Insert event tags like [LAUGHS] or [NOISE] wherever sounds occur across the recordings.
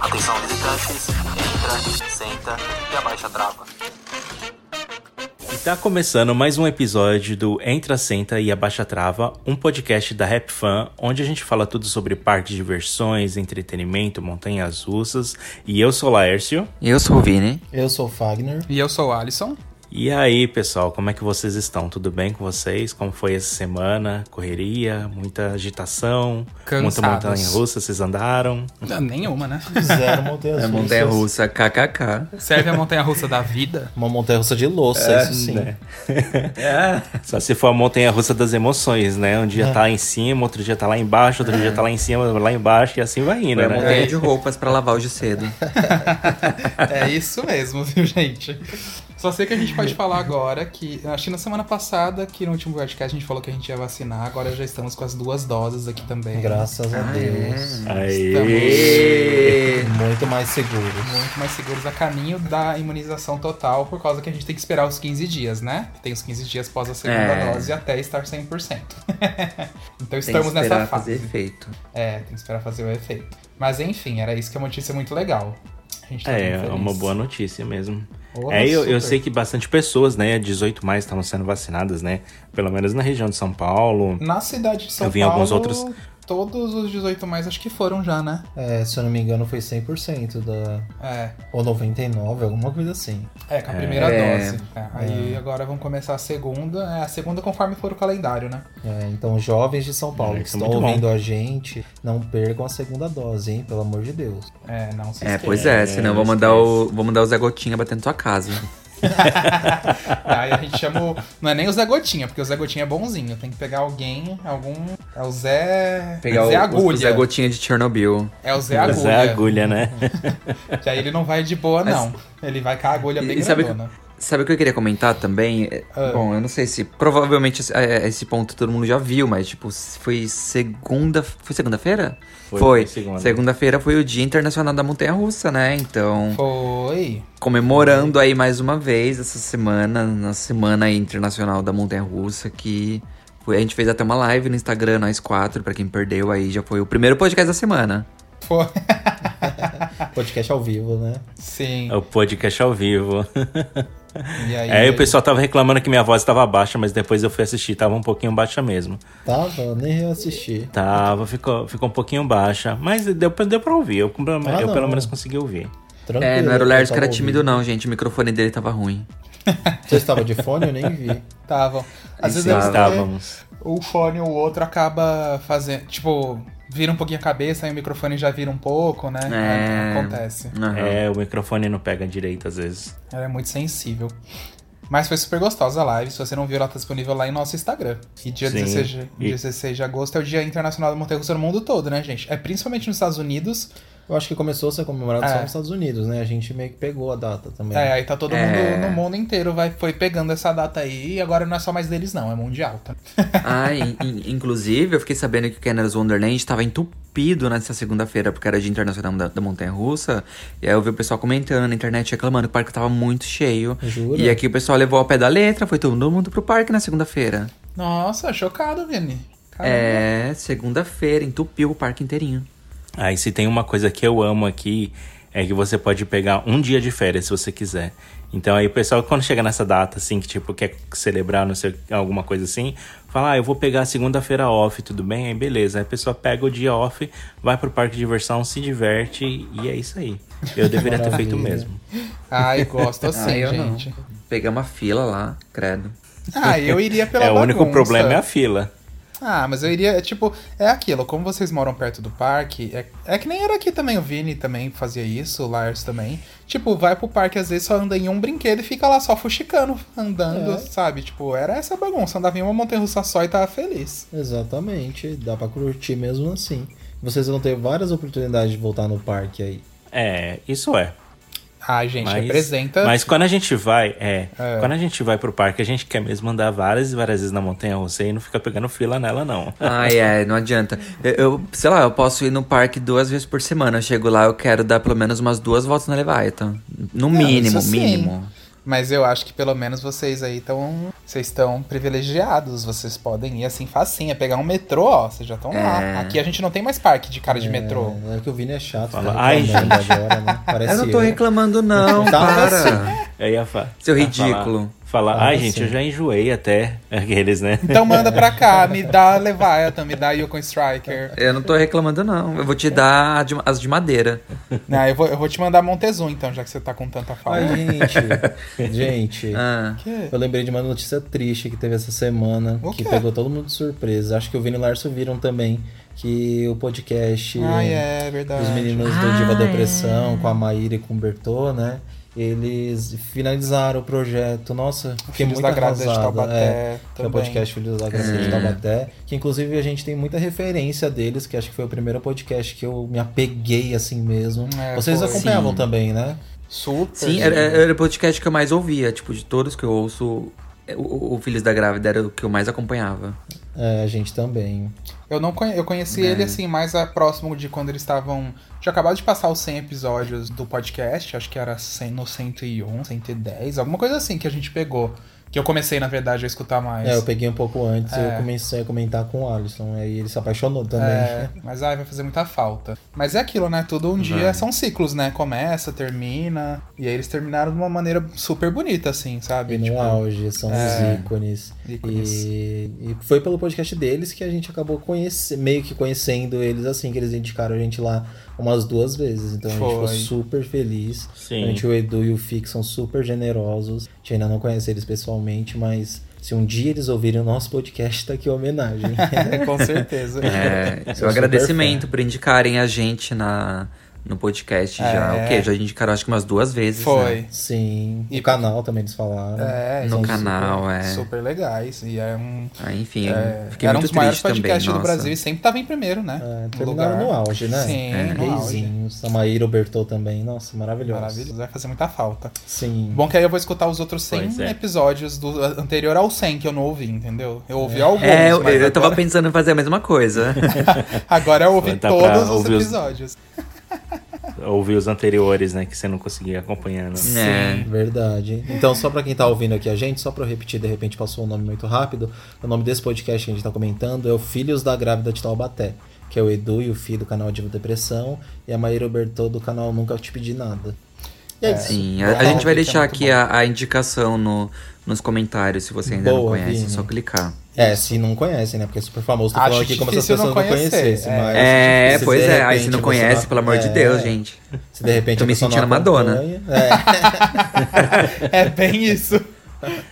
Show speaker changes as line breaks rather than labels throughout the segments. Atenção visitantes, entra, senta e abaixa a trava.
E tá começando mais um episódio do Entra, Senta e Abaixa a Trava, um podcast da Rap Fan, onde a gente fala tudo sobre parques, diversões, entretenimento, montanhas russas. E eu sou o Laércio.
Eu sou o Vini.
Eu sou o Fagner.
E eu sou o Alisson.
E aí, pessoal, como é que vocês estão? Tudo bem com vocês? Como foi essa semana? Correria? Muita agitação? Muita
Cansados.
montanha russa? Vocês andaram?
Não, nenhuma, né? [LAUGHS]
Zero montanhas
É
russas.
montanha russa KKK.
Serve a montanha russa da vida.
Uma montanha russa de louça,
É,
isso sim.
né? Só se for a montanha russa das emoções, né? Um dia tá
É.
lá em cima, outro dia tá lá embaixo, outro dia tá lá em cima, lá embaixo, e assim vai indo,
Foi a
né?
montanha de roupas pra lavar hoje cedo.
[LAUGHS] É isso mesmo, viu, gente? Só sei que a gente pode falar agora que. Acho que na semana passada, que no último podcast a gente falou que a gente ia vacinar, agora já estamos com as duas doses aqui também. Ah, é.
Graças a Deus.
Aí.
Muito mais seguros.
Muito mais seguros a caminho da imunização total, por causa que a gente tem que esperar os 15 dias, né? Tem os 15 dias pós a segunda
É.
dose até estar 100%. [LAUGHS] então
Tem que
estamos
esperar
nessa fase.
fazer efeito.
É, tem que esperar fazer o efeito. Mas enfim, era isso que é uma notícia muito legal. A gente tá
É,
muito
é
feliz.
uma boa notícia mesmo.
Porra,
é, eu, eu
super.
sei que bastante pessoas, né, 18 mais estavam sendo vacinadas, né? Pelo menos na região de São Paulo.
Na cidade de São
Eu vi em
Paulo,
alguns outros-
todos os 18 mais acho que foram já, né?
É, se eu não me engano, foi 100% da.
É,
Ou 99, alguma coisa assim.
é com a primeira
É.
dose. É, aí agora vamos começar a segunda. É, a segunda conforme for o calendário, né?
É, então, jovens de São Paulo
É,
que
isso é
estão
muito bom.
ouvindo a gente, não percam a segunda dose, hein? Pelo amor de Deus.
É, não se
É,
esqueça.
pois é, senão vou mandar o, vou mandar o Zé Gotinha bater na tua casa.
[LAUGHS] Aí a gente chama o... Não é nem o Zé Gotinha, porque o Zé Gotinha é bonzinho. Tem que pegar alguém, algum... É o Zé...
Pegar
Zé
o,
Agulha.
o Zé Gotinha de Chernobyl.
É
[LAUGHS]
o Zé
Mas é
Agulha.
a agulha, né?
Que aí ele não vai de boa,
Mas-
não. Ele vai com a agulha bem
E sabe-
grandona.
né?
Sabe o que eu queria comentar também? É,
Ah.
Bom, eu não sei se. Provavelmente esse- é, esse ponto todo mundo já viu, mas tipo, foi segunda. Foi segunda-feira?
Foi, foi segunda.
Segunda-feira foi o Dia Internacional da Montanha Russa, né? Então.
Foi.
comemorando aí mais uma vez essa semana, na Semana Internacional da Montanha Russa, que foi- a gente fez até uma live no Instagram, nós quatro, pra quem perdeu aí, já foi o primeiro podcast da semana.
Foi.
[LAUGHS] Podcast ao vivo, né?
Sim.
[LAUGHS] É o podcast ao vivo.
E aí,
É, aí o
ele-
pessoal tava reclamando que minha voz tava baixa, mas depois eu fui assistir, tava um pouquinho baixa mesmo.
Tava, nem reassisti.
Tava, ficou, ficou um pouquinho baixa, mas deu, pra- deu pra ouvir, eu, eu
Ah, não.
pelo menos consegui ouvir.
Tranquilo.
É, não era o
eu
Lércio que
tava
era
ouvindo. [LAUGHS]
tímido não, gente, o microfone dele tava ruim.
Você estava de fone? Eu nem vi.
Estavam. Às vezes eles
Estávamos.
o fone ou o outro acaba fazendo. Tipo, vira um pouquinho a cabeça, aí o microfone já vira um pouco, né?
É.
Acontece.
Aham.
É, o microfone não pega direito às vezes.
Ela é muito sensível. Mas foi super gostosa a live. Se você não viu, ela tá disponível lá em nosso Instagram. E dia
Sim.
16, de-
E-
16 de agosto é o Dia Internacional da Montanha Russa no mundo todo, né, gente? É principalmente nos Estados Unidos,
Eu acho que começou a ser comemorado
É.
só nos Estados Unidos, né? A gente meio que pegou a data também.
É, aí tá todo
É.
mundo no mundo inteiro vai, foi pegando essa data aí e agora não é só mais deles não, é mundial,
[LAUGHS]
tá?
Ah, in- in- inclusive, eu fiquei sabendo que o Canada's Wonderland estava entupido nessa segunda-feira, porque era Dia Internacional da, da Montanha Russa. E aí eu vi o pessoal comentando na internet, reclamando que o parque tava muito cheio.
Jura?
E aqui o pessoal levou ao pé da letra, foi todo mundo pro parque na segunda-feira.
Nossa, chocado, Vini. Caramba.
É, segunda-feira, entupiu o parque inteirinho.
Aí se tem uma coisa que eu amo aqui é que você pode pegar um dia de férias se você quiser. Então aí o pessoal quando chega nessa data assim que tipo quer celebrar não sei alguma coisa assim, fala: "Ah, eu vou pegar a segunda-feira off, tudo bem?" Aí beleza. Aí a pessoa pega o dia off, vai pro parque de diversão, se diverte e é isso aí. Eu deveria ter feito o mesmo. [LAUGHS]
Ai, gosto assim,
Ah, eu não.
gente.
Pegamos uma fila lá, credo.
Ah, eu iria pela
é o único
bagunça.
problema é a fila.
Ah, mas eu iria, é tipo, é aquilo, como vocês moram perto do parque, é, é que nem era aqui também, o Vini também fazia isso, o Lars também. Tipo, vai pro parque, às vezes só anda em um brinquedo e fica lá só fuxicando, andando,
É.
sabe? Tipo, era essa bagunça, andava em uma montanha-russa só e tava feliz.
Exatamente, dá pra curtir mesmo assim. Vocês vão ter várias oportunidades de voltar no parque aí.
É, isso é.
Ai, Ah, gente,
Mas,
representa...
mas quando a gente vai, é,
É.
quando a gente vai pro parque, a gente quer mesmo andar várias e várias vezes na montanha russa e não fica pegando fila nela não.
Ai, é, não adianta. Eu, eu- sei lá, eu posso ir no parque duas vezes por semana. Eu chego lá, eu quero dar pelo menos umas duas voltas na Leviathan. No
Não,
mínimo,
isso sim.
mínimo.
Mas eu acho que pelo menos vocês aí estão. Vocês estão privilegiados. Vocês podem ir assim facinha, pegar um metrô, ó. Vocês já estão lá. Aqui a gente não tem mais parque de cara de metrô.
É, é que o Vini é chato,
Fala,
tá
ai,
reclamando agora, né? Parece
Eu não tô reclamando, não,
Tá
para.
[LAUGHS] Eu ia fa-
Seu
fa-
ridículo.
Falar, falar,
Ah,
ai gente,
sim.
eu já enjoei até [LAUGHS] aqueles, né?
Então manda pra cá, me dá Leviathan, me dá Yukon Striker.
Eu não tô reclamando, não. Eu vou te dar a de- as de madeira.
Não, eu, vou, eu vou te mandar Montezum, então, já que você tá com tanta
Ai,
falta.
gente, gente.
Ah,
Que?
Eu lembrei de uma notícia triste que teve essa semana,
O
que
quê?
pegou todo mundo de surpresa. Acho que o Vini e o Larso viram também que o podcast
Ai, é verdade.
dos meninos do Diva Depressão, com a Maíra e com o Bertô, né? Eles finalizaram o projeto. Nossa, fiquei
Filhos
muito
da Graça de
arrasado.
Taubaté
é, que é o
também.
podcast Filhos da Graça de
É.
Taubaté, que inclusive a gente tem muita referência deles, que acho que foi o primeiro podcast que eu me apeguei assim mesmo.
É,
Vocês
foi.
acompanhavam
Sim.
também, né?
Super.
sim, é, era, era o podcast que eu mais ouvia. Tipo, de todos que eu ouço, é, o, o Filhos da Grávida era o que eu mais acompanhava.
É, a gente também.
Eu não conhe... eu conheci
Né.
ele assim mais a próximo de quando eles estavam, tinha acabado de passar os 100 episódios do podcast, acho que era 100 no 101, 110, alguma coisa assim que a gente pegou, que eu comecei na verdade a escutar mais.
É, eu peguei um pouco antes e
É.
eu comecei a comentar com o Alisson. Aí ele se apaixonou também.
É, mas ai, vai fazer muita falta. Mas é aquilo, né? Tudo um dia são ciclos, né? Começa, termina. E aí eles terminaram de uma maneira super bonita, assim, sabe?
E no
Tipo,
auge, são
é.
os ícones.
ícones.
E, e foi pelo podcast deles que a gente acabou conhece, meio que conhecendo eles, assim, que eles indicaram a gente lá umas duas vezes. Então a gente ficou
Foi.
super feliz.
Sim.
A gente, o Edu e o Fick são super generosos. A gente ainda não conhece eles pessoalmente, mas se um dia eles ouvirem o nosso podcast, tá aqui a homenagem.
Com certeza. [LAUGHS]
É,
Sou
o
super
agradecimento por indicarem a gente na, no podcast já.
É.
O quê? Já indicaram acho que umas duas vezes.
Foi.
né?
Sim.
E-
o canal também eles falaram.
É,
No
são
canal, é.
super, super legais. E é um.
Ah, enfim,
É,
fiquei
era um
muito
dos maiores
triste também.
podcasts do
nossa.
Brasil e sempre tava em primeiro, né?
É,
No
terminaram no auge, né?
Sim, no auge.
Reizinhos, a Maíra e o Bertô também. Nossa, maravilhoso.
Maravilhoso, vai fazer muita falta.
Sim.
Bom que aí eu vou escutar os outros 100
Pois é.
episódios do anterior ao 100 que eu não ouvi, entendeu? Eu ouvi alguns,
[LAUGHS]
É, eu,
mas
eu tava
agora,
pensando em fazer a mesma
[LAUGHS]
coisa.
agora eu ouvi
Dá pra
todos os
ouvir os-
episódios.
Ouvir os anteriores, né, que você não conseguia acompanhar. Né?
É.
Verdade. Então, só pra quem tá ouvindo aqui a gente, só pra eu repetir, de repente passou um nome muito rápido. O nome desse podcast que a gente tá comentando é o Filhos da Grávida de Taubaté, que é o Edu e o Fi do canal Diva Depressão e
é
a Maíra Bertô do canal Nunca Te Pedi Nada. E é, isso.
Sim, a, a
Bom,
gente
que é
vai deixar
muito
aqui
bom.
a, a indicação no, nos comentários, se você ainda não
Boa,
conhece, é
Vini.
só clicar.
É, se não conhece, né? Porque é super famoso. Tô
Acho
falando aqui como se as
difícil
pessoas
não
não
conhecer,
conhecessem,
é.
mas.
É,
se de
pois é. Aí se
repente
não
você
conhece, pelo amor de
é,
Deus, gente.
Se de repente
Tô
a
me
pessoa não
sentindo Madonna.
acompanha, É.
[LAUGHS] É bem isso.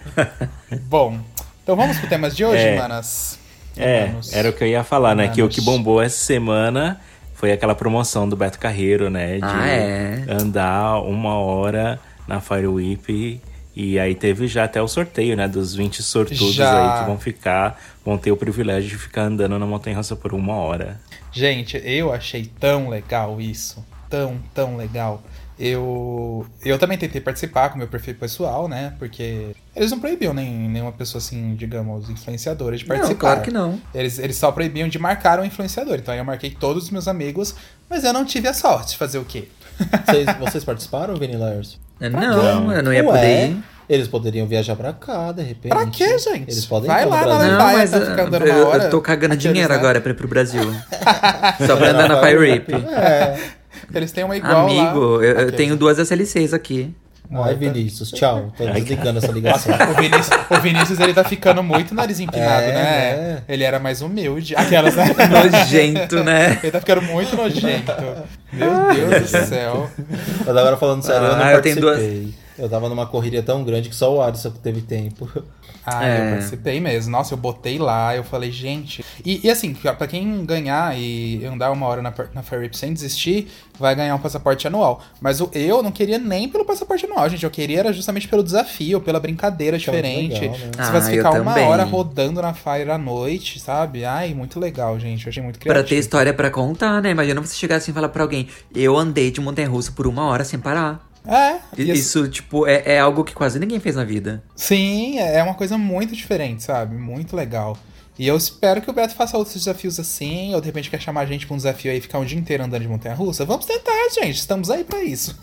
[LAUGHS]
Bom, então vamos pro temas de hoje,
É.
manas.
É,
Manos.
era o que eu ia falar, né? Que o
Manos.
que bombou essa semana foi aquela promoção do Beto Carreiro, né? De
Ah, é.
andar uma hora na Fire Whip. E aí teve já até o sorteio, né? Dos 20 sortudos
Já.
aí que vão ficar, vão ter o privilégio de ficar andando na montanha russa por uma hora.
Gente, eu achei tão legal isso. tão, tão legal. Eu, eu também tentei participar com meu perfil pessoal, né? Porque eles não proibiam nem, nenhuma pessoa assim, digamos, influenciadora de participar.
Não, claro que não.
Eles, eles só proibiam de marcar um influenciador. Então aí eu marquei todos os meus amigos, mas eu não tive a sorte. Fazer o quê?
Vocês,
[LAUGHS]
vocês participaram, Vini Lars?
É,
Tá
Não, eu não ia poder ir.
Eles poderiam viajar pra cá, de repente.
Pra quê, gente?
Eles podem
Vai
ir
lá
pra
na
Brasília.
Não,
Vai,
mas
tá
uh,
ficando
eu,
uma hora.
eu tô cagando dinheiro
Aqueles, né?
agora pra ir pro
[LAUGHS]
Brasil. Só pra andar na Pirate.
É. Eles têm uma igual lá.
Amigo, eu, eu
Ok.
tenho duas SLCs aqui.
Ai, Vinícius, tchau. Tô desligando essa ligação.
O Vinícius, o Vinícius, ele tá ficando muito nariz empinado,
É,
né? Ele era mais humilde. Aquelas, né?
Nojento, né?
[LAUGHS] Ele tá ficando muito nojento. Meu Deus
É.
do céu.
Mas agora falando sério, eu não
Ah, eu tenho
participei.
duas-
Eu tava numa correria tão grande que só o Alisson teve tempo.
Ah, eu
É.
participei mesmo. Nossa, eu botei lá, eu falei, gente. E, e assim, pra quem ganhar e andar uma hora na, per- na Fairway sem desistir, vai ganhar um passaporte anual. Mas o, eu não queria nem pelo passaporte anual, gente. Eu queria era justamente pelo desafio, pela brincadeira
Que é muito
diferente.
legal, né?
Se
Ah,
você
eu
ficar uma
também.
hora rodando na Fire à noite, sabe? Ai, muito legal, gente. Eu achei muito
Pra
criativo.
ter história pra contar, né? Imagina você chegar assim e falar pra alguém: Eu andei de montanha russa por uma hora sem parar.
É,
I-
e assim-
Isso, tipo, é, é algo que quase ninguém fez na vida.
Sim, é uma coisa muito diferente, sabe? Muito legal. E eu espero que o Beto faça outros desafios assim, ou de repente quer chamar a gente pra um desafio aí, ficar um dia inteiro andando de montanha-russa. Vamos tentar, gente, estamos aí pra isso.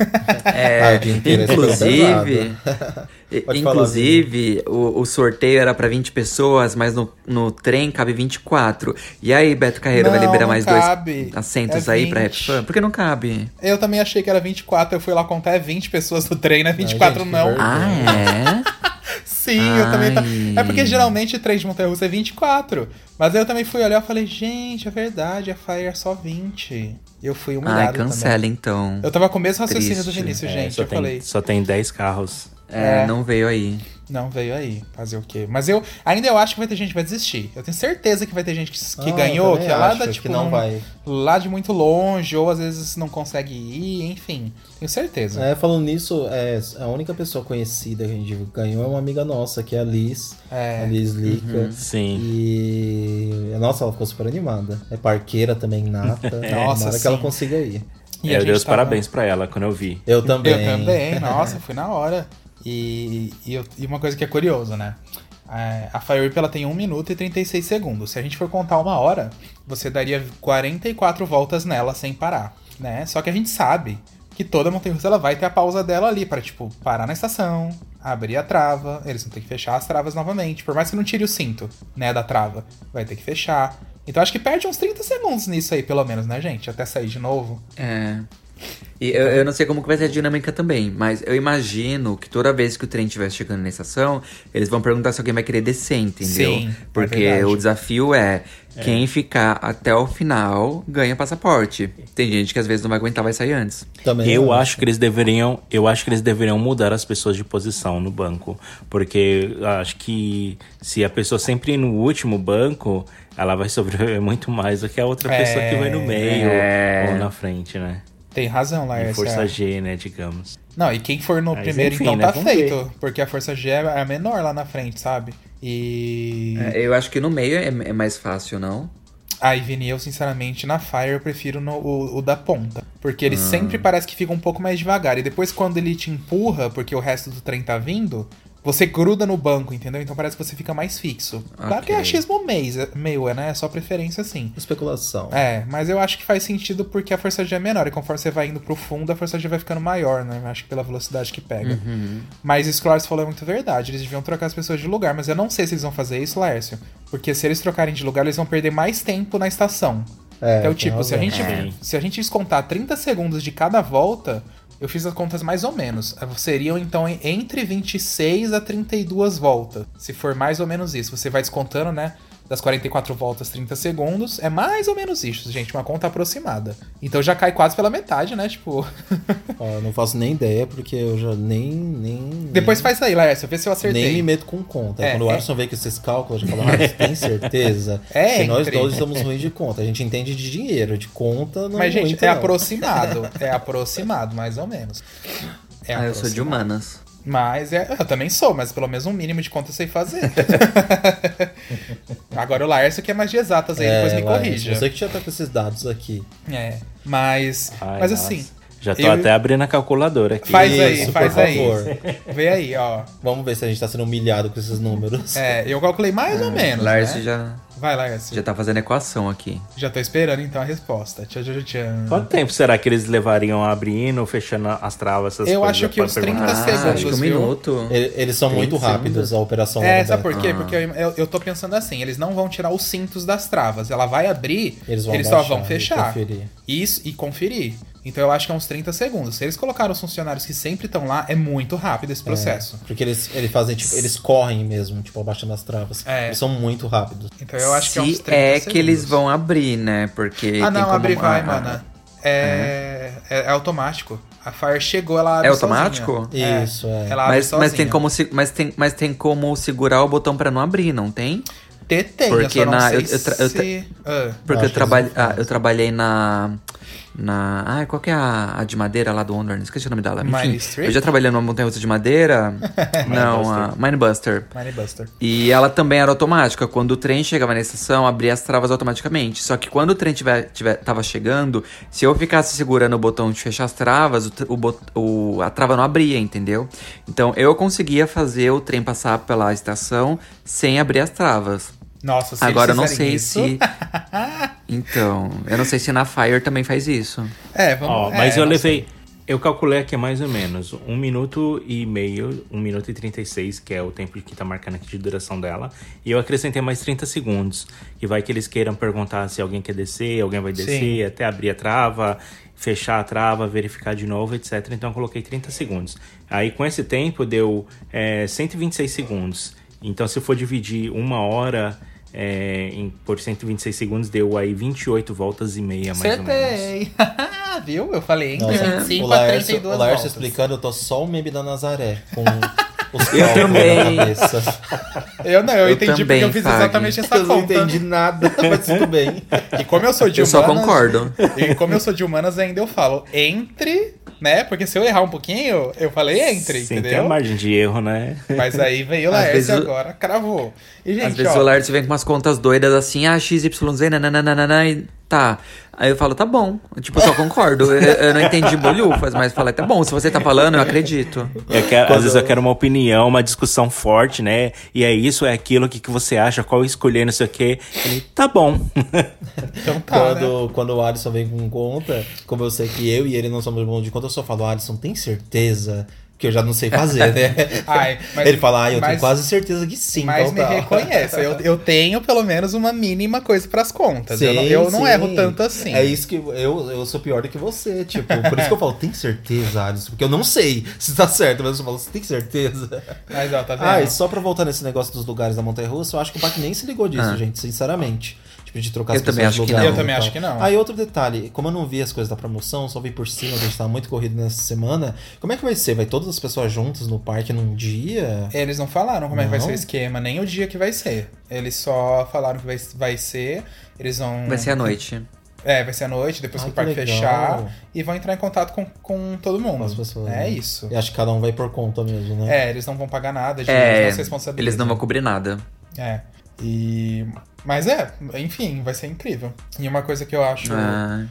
É,
[LAUGHS]
Ah, o dia inteiro é
inclusive, [LAUGHS] i-
Pode falar,
inclusive o, o sorteio era pra 20 pessoas, mas no, no trem cabe 24. E aí, Beto Carreiro, vai
Não,
liberar
não
mais
cabe.
dois assentos
É
aí pra
20.
Rap Fan? Por que não cabe?
Eu também achei que era 24, eu fui lá contar, é 20 pessoas no trem, né? 24
gente, que
não.
vergonha.
Ah, é?
[LAUGHS] Sim, eu também. Tá...
Ai.
É porque geralmente trem de montanha-russa é 24. Mas aí eu também fui olhar e falei, gente, é verdade, a Fire é só 20. E eu fui humilhado
Ai,
também.
cancela então.
Eu tava com o mesmo raciocínio do
Triste.
Vinícius,
É,
gente.
só,
eu
tem,
falei.
só tem 10 carros.
É,
É.
não veio aí.
Não veio aí, fazer o quê? Mas eu ainda eu acho que vai ter gente que vai desistir. Eu tenho certeza que vai ter gente que, que
Ah, eu
ganhou,
também
que é lá
acho
da,
que
tipo,
não
num-
vai.
lá de muito longe, ou às vezes não consegue ir, enfim. Tenho certeza.
É, falando nisso, é, a única pessoa conhecida que a gente ganhou é uma amiga nossa, que é a Liz.
É.
A Liz Lica.
Uhum.
Sim.
E. Nossa, ela ficou super animada. É parqueira também, nata.
[LAUGHS] É, Nossa,
Tomara
sim.
que ela consiga ir.
É,
E a
eu
gente
dei os
tava-
É, parabéns pra ela quando eu vi.
Eu também.
Eu também,
[LAUGHS]
nossa, fui na hora. E, e, eu- e uma coisa que é curioso, né? É, A Fire Whip, ela tem 1 minuto e 36 segundos. Se a gente for contar uma hora, você daria 44 voltas nela sem parar, né? Só que a gente sabe que toda montanha-russa ela vai ter a pausa dela ali pra, tipo, parar na estação, abrir a trava, eles vão ter que fechar as travas novamente, por mais que não tire o cinto, né, da trava, vai ter que fechar. Então acho que perde uns 30 segundos nisso aí, pelo menos, né, gente? Até sair de novo.
É. E eu, eu não sei como que vai ser a dinâmica também, mas eu imagino que toda vez que o trem estiver chegando na estação, eles vão perguntar se alguém vai querer descer, entendeu?
Sim,
Porque
é verdade.
o desafio é, quem ficar até o final ganha passaporte. Tem gente que às vezes não vai aguentar, vai sair antes.
Também
Eu acho que eles deveriam, eu acho que eles deveriam mudar as pessoas de posição no banco, porque eu acho que se a pessoa sempre ir no último banco, ela vai sobreviver [LAUGHS] muito mais do que a outra
É,
pessoa que vai no meio
é.
ou na frente, né?
Tem razão,
Em
Laércio.
força
é.
G, né, digamos.
Não, e quem for no
Mas
primeiro,
enfim,
então
né,
tá
vamos
feito. Porque a força G é a menor lá na frente, sabe? E.
Uhum.
É, Eu acho que no meio é, é mais fácil, não?
Aí, Vini, eu sinceramente na Fire eu prefiro no- o, o da ponta. Porque
Ah.
ele sempre parece que fica um pouco mais devagar. E depois quando ele te empurra, porque o resto do trem tá vindo, você gruda no banco, entendeu? Então parece que você fica mais fixo. Claro que é
Ok.
achismo mês- meu, é, né? É só preferência assim.
Especulação.
É, mas eu acho que faz sentido porque a força G é menor. E conforme você vai indo pro fundo, a força G vai ficando maior, né? Eu Acho que pela velocidade que pega.
Uhum.
Mas isso que o Laércio falou é muito verdade. Eles deviam trocar as pessoas de lugar, mas eu não sei se eles vão fazer isso, Laércio. Porque se eles trocarem de lugar, eles vão perder mais tempo na estação.
É,
então,
tem
tipo, se a,
razão.
gente,
É.
se a gente descontar 30 segundos de cada volta, eu fiz as contas mais ou menos. Seriam, então, em- entre 26 a 32 voltas. Se for mais ou menos isso. Você vai descontando, né? Das 44 voltas, 30 segundos. É mais ou menos isso, gente. Uma conta aproximada. Então já cai quase pela metade, né? Tipo. [LAUGHS]
Ó, eu não faço nem ideia, porque eu já nem. nem
Depois faz aí, Laércio. Vê se eu
nem,
acertei.
nem me meto com conta.
É,
Quando o
é.
Arson vê que esses cálculos, eu já falo, ah, você tem certeza?
[LAUGHS] É,
Porque nós
entre.
dois somos ruins de conta. A gente entende de dinheiro, de conta não
Mas, gente,
muito,
é
não. [LAUGHS]
aproximado. É aproximimado, mais ou menos. É
ah, eu sou de
aproximado.
humanas.
Mas é, eu também sou, mas pelo menos um mínimo de conta eu
[LAUGHS]
sei fazer. Agora o Laércio que é mais de exatas aí, depois
É,
me
Laércio,
corrija.
Você que já tá com esses dados aqui.
É, mas,
Ai,
mas
nossa.
assim,
Já tô
Eu-
até abrindo a calculadora aqui.
Faz
Isso,
aí,
por
faz aí.
favor.
Vê aí, ó.
Vamos ver se a gente tá sendo humilhado com esses números.
É, eu calculei mais ou menos.
Lars
né?
já,
Vai, Lars.
É? já
Já...
tá fazendo equação aqui.
tô esperando então a resposta. Tchau, tchau, tchau.
Quanto tempo será que eles levariam abrindo, fechando as travas, essas
Eu
coisas
acho que
pra
uns
perguntar?
30 segundos,
Tá,
acho que um
viu?
minuto.
Ele- Eles são muito
segundos.
rápidos, a operação
É,
Lambert.
sabe por
Ah.
quê? Porque eu, eu, eu tô pensando assim, eles não vão tirar os cintos das travas. Ela vai abrir,
Eles
eles,
vão
só
baixar
vão
e
fechar.
conferir.
Isso, e conferir. Então eu acho que é uns 30 segundos. Se eles colocaram os funcionários que sempre estão lá, é muito rápido esse processo.
Porque eles, eles fazem, tipo, eles correm mesmo, tipo, abaixando as travas.
É.
Eles são muito rápidos.
Então eu acho
Se
que é uns 30
é que
segundos.
eles vão abrir, né? Porque.
Ah, não,
tem como...
abre e vai,
ah,
mana. É, é. é automático. A Fire chegou, ela
É
abre
automático?
sozinha. É,
Isso, é.
Ela abre
Mas, mas, tem
sozinha.
como se, mas, tem, mas tem como segurar o botão pra não abrir, não tem?
Ter tem,
Porque
eu só não
na-
sei
eu- eu tra- eu tra-
se... Ah.
Porque
Acho
eu,
que
trabalhe-
eles não
ah, eu trabalhei na. na ai, qual que é a, a de madeira lá do Wonderland? Esqueci o nome dela.
Mine
Enfim,
Strip?
eu já trabalhei numa montanha russa de [LAUGHS] madeira. não, a Minebuster.
Mine Buster.
E ela também era automática. Quando o trem chegava na estação, abria as travas automaticamente. Só que quando o trem tiver, tiver, tava chegando, se eu ficasse segurando o botão de fechar as travas, o, tr- o bot- o- a trava não abria, entendeu? Então eu conseguia fazer o trem passar pela estação sem abrir as travas.
Nossa, se
Agora eu
eles
não sei
fizerem isso-
se.
[LAUGHS]
Então, eu não sei se na Fire também faz isso.
É, vamos...
Ó,
é,
mas eu
não sei.
levei. Eu calculei aqui mais ou menos um minuto e meio, um minuto e 36, que é o tempo que tá marcando aqui de duração dela. E eu acrescentei mais 30 segundos. E vai que eles queiram perguntar se alguém quer descer, alguém vai descer,
Sim.
até abrir a trava, fechar a trava, verificar de novo, etc. Então eu coloquei 30 segundos. Aí com esse tempo deu é, 126 segundos. Então se eu for dividir uma hora é, em, por 126 segundos, deu aí 28 voltas e meia, mais ou menos.
Acertei! [LAUGHS] Viu? Eu falei, hein?
Nossa,
25
o
a
Laércio,
32
o Laércio
voltas.
explicando, eu tô só o meme da Nazaré.
[LAUGHS]
Com os cálculos
É. também.
na cabeça.
Eu não, eu,
Eu
entendi
também,
porque eu fiz
Fag.
exatamente essa
Eu não
conta.
entendi nada, mas tudo bem.
E como eu sou de
Eu só
humanas...
concordo.
E como eu sou de humanas, ainda eu falo entre, né? Porque se eu errar um pouquinho, eu falei entre,
Sim, tem a
entendeu?
margem de erro, né?
Mas aí veio o
Às
Laércio
vezes o-
agora, cravou. E, gente,
[LAUGHS] Às vezes
ó,
o Lars vem com umas contas doidas assim, ah, XYZ, nananana, e tá. Aí eu falo, tá bom. Tipo, eu só concordo. Eu, eu não entendi bolhufas, mas falei, tá bom, se você tá falando, eu acredito.
Eu quero- às vezes eu quero uma opinião, uma discussão forte, né? E é isso, é aquilo, o que, que você acha, qual escolher, não sei o quê. Ele, tá bom.
então tá, né?
Quando, quando o Alisson vem com conta, como eu sei que eu e ele não somos bons de conta, eu só falo, Alisson, tem certeza? É, Que eu já não sei fazer, né?
Ai, mas-
ele fala, ah, eu tenho
mas-
quase certeza que sim.
Mas
então
me
tá.
reconheça, eu, eu tenho pelo menos uma mínima coisa pras contas. eu não,
Sim,
eu não
sim.
erro tanto assim.
É isso que eu, eu sou pior do que você, tipo. Por isso que eu falo, tem certeza, Alisson? Porque eu não sei se tá certo, mas eu falo, você tem certeza?
Mas ó, tá vendo?
Ah, e só pra voltar nesse negócio dos lugares da Montanha Russa, eu acho que o Pac nem se ligou disso,
Ah.
gente, sinceramente. Tipo, de trocar as
Eu também
pessoas de
acho que
lugar
não.
e
Eu
também
tal.
acho que não.
Aí outro detalhe, como eu não vi as coisas da promoção, só vi por cima, a gente tava muito corrido nessa semana. Como é que vai ser? Vai todas as pessoas juntas no parque num dia?
Eles não falaram como é que vai
Não?
ser o esquema, nem o dia que vai ser. Eles só falaram que vai, vai ser. Eles vão.
Vai ser à noite.
É, vai ser à noite, depois
Ai,
que o parque
que legal.
fechar. E vão entrar em contato com, com todo mundo.
Com as pessoas,
é
né?
isso.
Eu acho que cada um vai por conta mesmo, né?
É, eles não vão pagar nada, de eles
É,
não se responsabilizam.
eles não vão cobrir nada.
É. E. Mas é, enfim, vai ser incrível. E uma coisa que eu acho
Ah,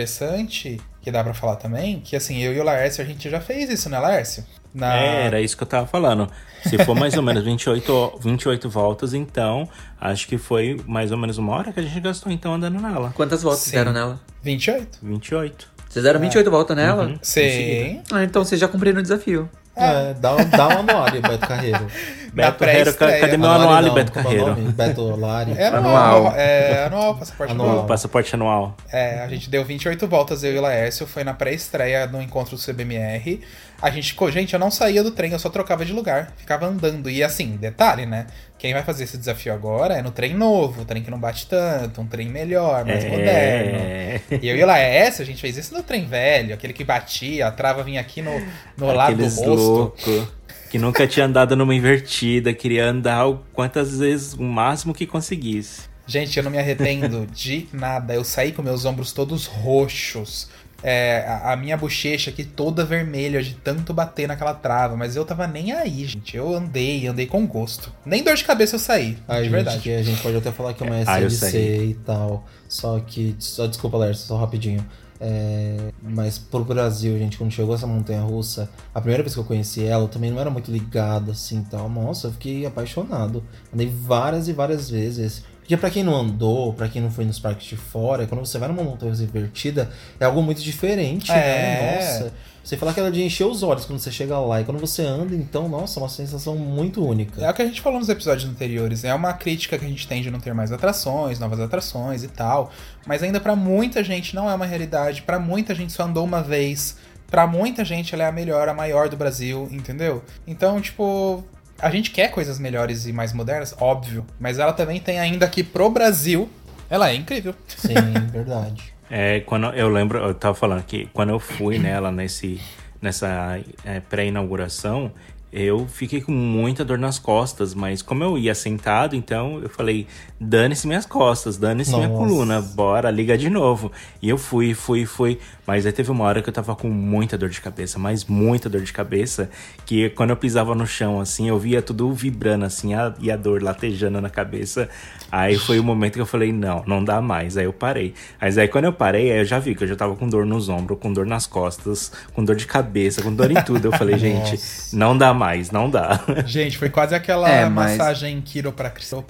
interessante, que dá pra falar também, que assim, eu e o Laércio, a gente já fez isso, né, Laércio? Na...
É, era isso que eu tava falando. Se for mais ou menos 28, 28 voltas, então acho que foi mais ou menos uma hora que a gente gastou então andando nela.
quantas voltas
Sim.
vocês deram nela?
28?
28.
Vocês deram 28 voltas nela?
Sim.
Ah, então vocês já cumpriram o desafio.
É, dá, dá um anuário, Beto Carreiro.
Na
Beto Herrero,
pré-estreia.
ca- cadê meu anuário,
não,
Beto
como é o
Carreiro?
nome? Beto Lari.
É anual.
Anual.
É anual, passaporte
Anual.
anual.
Passaporte anual.
É, a gente deu 28 voltas, eu e o Laércio, foi na pré-estreia no encontro do CBMR. A gente, co- gente, eu não saía do trem, eu só trocava de lugar, ficava andando. E assim, detalhe, né? Quem vai fazer esse desafio agora é no trem novo, trem que não bate tanto, um trem melhor, mais moderno.
É.
E eu e o Laércio, a gente fez isso no trem velho, aquele que batia, a trava vinha aqui no, no lado do
Aqueles
rosto.
loucos que nunca tinha andado numa invertida, queria andar o quantas vezes, o máximo que conseguisse.
Gente, eu não me arrependo de nada. Eu saí com meus ombros todos roxos. É, a, a minha bochecha aqui toda vermelha de tanto bater naquela trava. Mas eu tava nem aí, gente. Eu andei, andei com gosto. Nem dor de cabeça eu saí,
Ai,
de
gente,
verdade.
que a gente pode até falar que é uma
Ah, eu
SLC
sei.
e tal. Só que. Só desculpa, Lércio, só rapidinho. É, mas pro Brasil, gente, quando chegou essa montanha russa, a primeira vez que eu conheci ela, eu também não era muito ligado assim tal. Nossa, eu fiquei apaixonado. Andei várias e várias vezes. Porque pra quem não andou, pra quem não foi nos parques de fora, quando você vai numa montanha russa invertida, é algo muito diferente, né?
É.
Nossa. Você fala que ela de encher os olhos quando você chega lá. E quando você anda, então, nossa, é uma sensação muito única.
É o que a gente falou nos episódios anteriores. É uma crítica que a gente tem de não ter mais atrações, novas atrações e tal. Mas ainda pra muita gente não é uma realidade. Pra muita gente só andou uma vez. Pra muita gente ela é a melhor, a maior do Brasil, entendeu? Então, tipo, a gente quer coisas melhores e mais modernas, óbvio. Mas ela também tem ainda que pro Brasil. Ela é incrível.
Sim,
[LAUGHS]
verdade.
É, quando eu lembro, eu tava falando que quando eu fui nela nesse, nessa é, pré-inauguração, eu fiquei com muita dor nas costas, mas como eu ia sentado, então eu falei, dane-se minhas costas, dane-se minha
Nossa.
coluna, bora, liga de novo. E eu fui, fui, fui, mas aí teve uma hora que eu tava com muita dor de cabeça, mas muita dor de cabeça, que quando eu pisava no chão, assim, eu via tudo vibrando, assim, a- e a dor latejando na cabeça. Aí foi o momento que eu falei, não, não dá mais. Aí eu parei. Mas aí quando eu parei, aí eu já vi que eu já tava com dor nos ombros, com dor nas costas, com dor de cabeça, com dor em tudo. Eu falei, gente,
Nossa.
não dá mais, não dá. [LAUGHS]
Gente, foi quase aquela
É, mas-
massagem quiropraxia,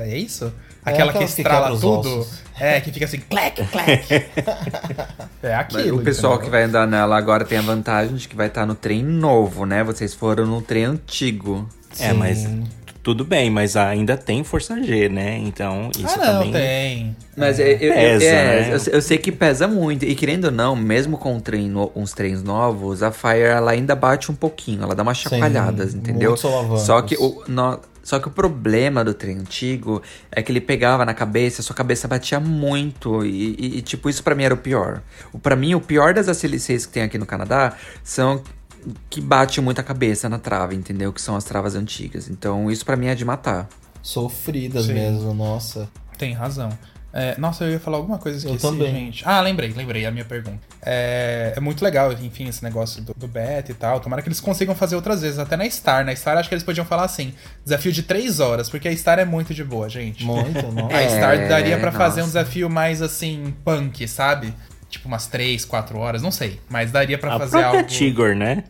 é isso?
É
Aquela que
aquelas que quebra
estrala
os
tudo.
ossos.
É, que fica assim, clac, clac. é aquilo.
né?
o pessoal
entendeu?
que vai andar nela agora tem a vantagem de que vai estar no trem novo, né? Vocês foram no trem antigo.
É, mas tudo bem, mas ainda tem força G, né? Então, isso
Ah, não,
também.
tem.
Mas é, eu,
Pesa,
é,
né?
eu sei- eu sei que pesa muito. E querendo ou não, mesmo com um trem no- uns trens novos, a Fire ela ainda bate um pouquinho, ela dá umas
Sim,
chacoalhadas, entendeu?
muitos solavancos.
Só que o. no- só que o problema do trem antigo é que ele pegava na cabeça, sua cabeça batia muito. E, e- e, tipo, isso pra mim era o pior. O, pra mim, o pior das ACLCs que tem aqui no Canadá são que bate muito a cabeça na trava, entendeu? Que são as travas antigas. Então, isso pra mim é de matar.
Sofridas
Sim.
mesmo, nossa.
Tem razão. É, nossa, eu ia falar alguma coisa,
Eu
esqueci,
também.
gente. Ah, lembrei, lembrei, a minha pergunta. É, é muito legal, enfim, esse negócio do, do beta e tal. Tomara que eles consigam fazer outras vezes, até na Star. Na Star, acho que eles podiam falar assim, desafio de três horas, porque a Star é muito de boa, gente. [LAUGHS]
Muito, nossa.
A Star
É,
daria pra fazer um
nossa.
desafio mais assim, punk, sabe? Tipo umas 3, 4 horas, não sei. Mas daria pra
A
fazer
própria
algo.
Tigor, né?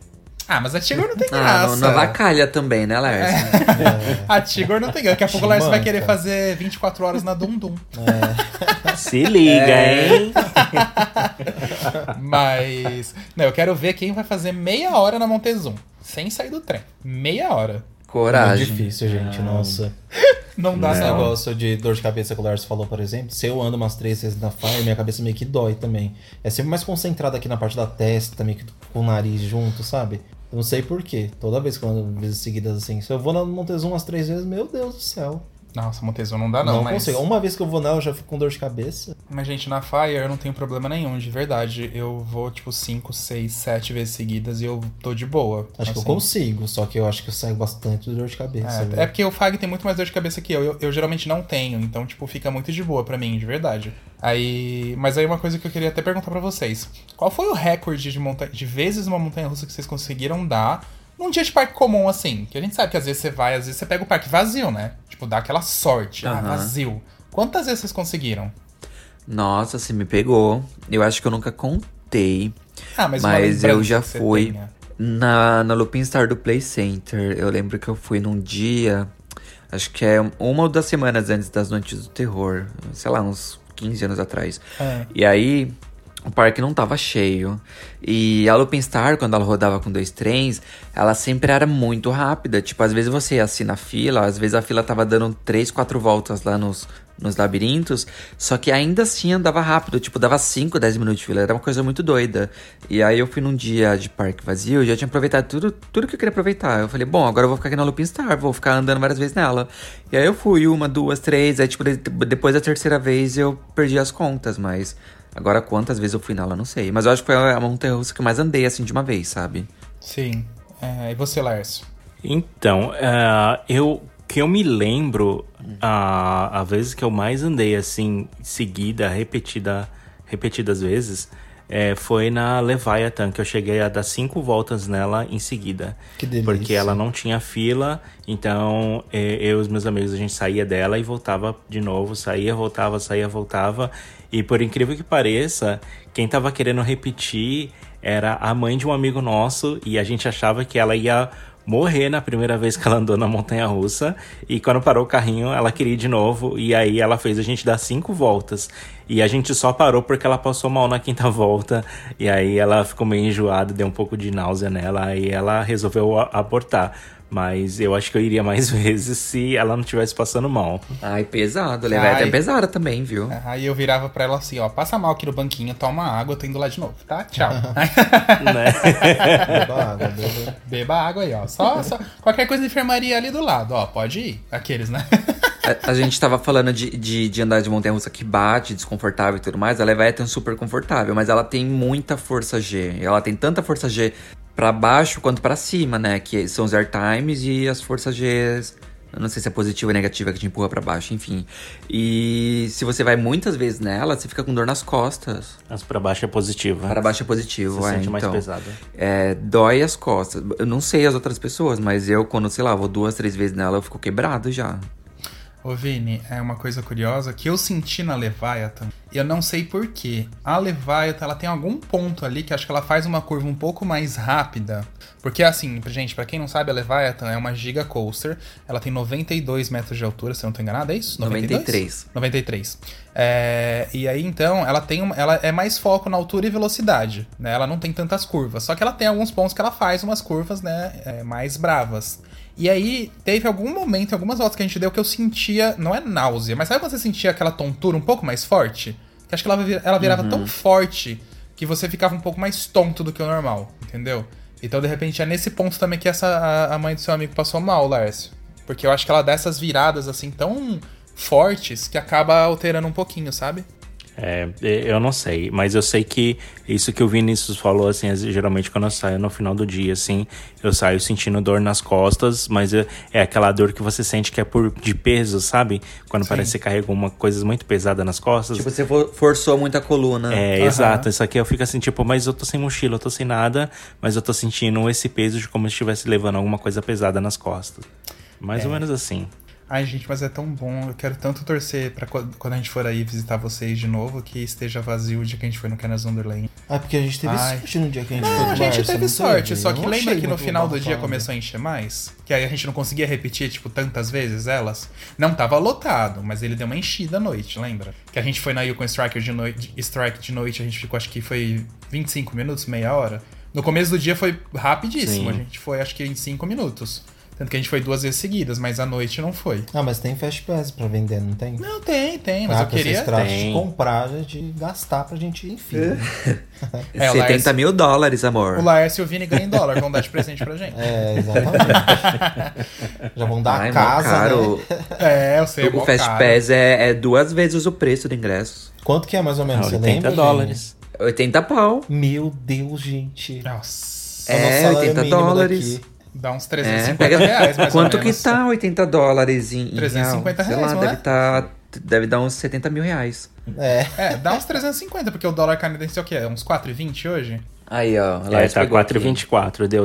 Ah, mas a Tigor não tem
Ah, não,
graça.
não avacalha também, né, Lars?
É.
[LAUGHS] a Tigor não tem graça. Daqui a pouco o Lars vai
Manca. É.
querer fazer 24 horas na Dum Dum.
Se liga,
É.
hein?
Mas. Não, eu quero ver quem vai fazer meia hora na Montezum. Sem sair do trem. Meia hora.
Coragem.
Muito difícil, gente, nossa.
Não dá,
Esse
não.
negócio de dor de cabeça que o Lars falou, por exemplo, se eu ando umas três vezes na Fire, minha cabeça meio que dói também. É sempre mais concentrada aqui na parte da testa, meio que com o nariz junto, sabe? Eu não sei porquê. Toda vez que eu ando vezes seguidas assim, se eu vou na Montezum umas três vezes, meu Deus do céu.
Nossa, Montezum não dá,
Não,
Ah, não. mas...
consigo. Uma vez que eu vou nela, eu já fico com dor de cabeça.
Mas, gente, na Fire eu não tenho problema nenhum, de verdade. Eu vou, tipo, 5, 6, 7 vezes seguidas e eu tô de boa.
Acho que eu
Assim.
consigo, só que eu acho que eu saio bastante de dor de cabeça. viu?
É, é porque o Fag tem muito mais dor de cabeça que eu. eu. eu geralmente não tenho, então, tipo, fica muito de boa pra mim, de verdade. Aí. Mas aí uma coisa que eu queria até perguntar pra vocês: qual foi o recorde de, monta de vezes uma montanha russa que vocês conseguiram dar num dia de parque comum, assim? Que a gente sabe que às vezes você vai, às vezes você pega o parque vazio, né? Tipo, dá aquela sorte. Ah,
Aham.
vazio. Quantas vezes vocês conseguiram?
Nossa, você me pegou. Eu acho que eu nunca contei.
Ah, mas uma
Mas eu
lembrança
já
que você
fui
tenha.
na, na Lupin Star do Play Center. Eu lembro que eu fui num dia, acho que é uma ou duas semanas antes das Noites do Terror. Sei lá, uns 15 anos atrás.
É.
E aí, o parque não tava cheio. E a Lupin Star, quando ela rodava com dois trens, ela sempre era muito rápida. Tipo, às vezes você ia assim na fila, às vezes a fila tava dando três, quatro voltas lá nos, nos labirintos. Só que ainda assim andava rápido. Tipo, dava 5, 10 minutos de fila. Era uma coisa muito doida. E aí eu fui num dia de parque vazio, eu já tinha aproveitado tudo, tudo que eu queria aproveitar. Eu falei, bom, agora eu vou ficar aqui na Lupin Star, vou ficar andando várias vezes nela. E aí eu fui uma, duas, três. Aí, tipo, de- depois da terceira vez eu perdi as contas, mas. Agora, quantas vezes eu fui nela, eu não sei. Mas eu acho que foi a a montanha russa que eu mais andei, assim, de uma vez, sabe?
Sim. É, e você, Lárcio?
Então, ah, eu que eu me lembro, a a vez que eu mais andei assim, seguida, repetida, repetidas vezes, é, foi na Leviathan, que eu cheguei a dar cinco voltas nela em seguida.
Que delícia.
Porque ela não tinha fila, então é, eu e os meus amigos, a gente saía dela e voltava de novo, saía, voltava, saía, voltava. E por incrível que pareça, quem tava querendo repetir era a mãe de um amigo nosso e a gente achava que ela ia morrer na primeira vez que ela andou na montanha russa e quando parou o carrinho ela queria ir de novo e aí ela fez a gente dar cinco voltas e a gente só parou porque ela passou mal na quinta [LAUGHS] volta e aí ela ficou meio enjoada, deu um pouco de náusea nela e ela resolveu a- abortar. Mas eu acho que eu iria mais [LAUGHS] vezes se ela não estivesse passando mal.
Ai, pesado. né? Levar até
Ai.
É, pesada também, viu?
É, Aí eu virava pra ela assim, ó, passa mal aqui no banquinho, toma água, eu tô indo lá de novo, tá? Tchau.
né?
[LAUGHS]
Beba água, beba.
Beba água aí, ó. Só, só qualquer coisa de enfermaria ali do lado, ó. Pode ir. Aqueles, né? [LAUGHS]
A, a gente tava falando de, de, de andar de montanha russa que bate, desconfortável e tudo mais. A Leviathan é super confortável, mas ela tem muita força G. Ela tem tanta força G pra baixo quanto pra cima, né? Que são os airtimes e as forças G. Eu não sei se é positiva ou negativa que te empurra pra baixo, enfim. E se você vai muitas vezes nela, você fica com dor nas costas.
Mas pra baixo é positivo.
Para baixo é positivo,
Você
é,
sente mais
então.
pesado.
É, dói as costas. Eu não sei as outras pessoas, mas eu, quando, sei lá, vou duas, três vezes nela, eu fico quebrado já.
Ô, Vini, é uma coisa curiosa que eu senti na Leviathan, e eu não sei porquê. A Leviathan, ela tem algum ponto ali que acho que ela faz uma curva um pouco mais rápida. Porque, assim, gente, pra quem não sabe, a Leviathan é uma giga coaster. Ela tem 92 metros de altura, se eu não tô enganado, é isso?
93.
93. É, e aí, então, ela tem uma- ela é mais foco na altura e velocidade, né? Ela não tem tantas curvas. Só que ela tem alguns pontos que ela faz umas curvas, né? é, mais bravas. E aí, teve algum momento, algumas voltas que a gente deu que eu sentia, não é náusea, mas sabe quando você sentia aquela tontura um pouco mais forte? Que acho que ela, vi- ela virava tão forte que você ficava um pouco mais tonto do que o normal, entendeu? Então, de repente, é nesse ponto também que essa, a- a mãe do seu amigo passou mal, Lárcio. Porque eu acho que ela dá essas viradas assim tão fortes que acaba alterando um pouquinho, sabe?
É, eu não sei, mas eu sei que isso que o Vinícius falou, assim, as- geralmente quando eu saio no final do dia, assim, eu saio sentindo dor nas costas, mas é é aquela dor que você sente que é por de peso, sabe? Quando parece que você carrega uma coisa muito pesada nas costas.
Tipo, você fo- forçou muito a coluna.
É,
Aham.
exato. Isso aqui eu fico assim, tipo, mas eu tô sem mochila, eu tô sem nada, mas eu tô sentindo esse peso de como se estivesse levando alguma coisa pesada nas costas. Mais ou menos assim.
Ai, gente, mas é tão bom. Eu quero tanto torcer pra quando quando a gente for aí visitar vocês de novo que esteja vazio o dia que a gente foi no Canas Wonderland.
Ah, porque a gente teve
Ai.
sorte no dia que a gente foi
Não,
pro
a gente
Barça,
teve
não
sorte,
teve?
só
Eu
que
não
lembra
achei
que no
muito
final do dia
abafado.
começou a encher mais? Que aí a gente não conseguia repetir, tipo, tantas vezes elas? Não tava lotado, mas ele deu uma enchida à noite, lembra? Que a gente foi na Yukon Striker de noite, Strike de noite, a gente ficou, acho que foi 25 minutos, meia hora. No começo do dia foi rapidíssimo,
Sim.
a gente foi, acho que em 5 minutos. Tanto que a gente foi duas vezes seguidas, mas à noite não foi.
Ah, mas tem Fast Pass pra vender, não tem?
Não, tem, tem, mas
ah,
eu
pra vocês
queria.
tratam
Tem.
de comprar, já de gastar pra gente ir em fila.
É, o
70
Laércio-
mil dólares, amor.
O Laércio e o Vini ganham em dólar, vão dar de presente pra gente.
É, exatamente. já vão dar
Ai,
a
mó
casa, né?
caro.
[LAUGHS]
[LAUGHS] É, eu sei, é
O
mó
Fast
caro.
Pass é, é duas vezes o preço do ingresso.
Quanto que é mais ou menos? Você
80
lembra,
dólares.
80 pau.
Vini? Meu Deus, gente.
Nossa.
É o nosso
É,
salário
80
mínimo
dólares.
daqui.
Dá uns
É,
350
pega...
reais,
[LAUGHS]
mais
Quanto
ou
que
menos.
tá 80 dólares em, em
350
real?
reais,
Sei lá,
não
deve,
é?
tá, deve dar uns 70 mil reais.
É.
É, dá uns 350, porque o dólar canadense é o quê? É Uns 4,20 hoje?
Aí, ó.
É, tá
pegou aqui.
4,24, deu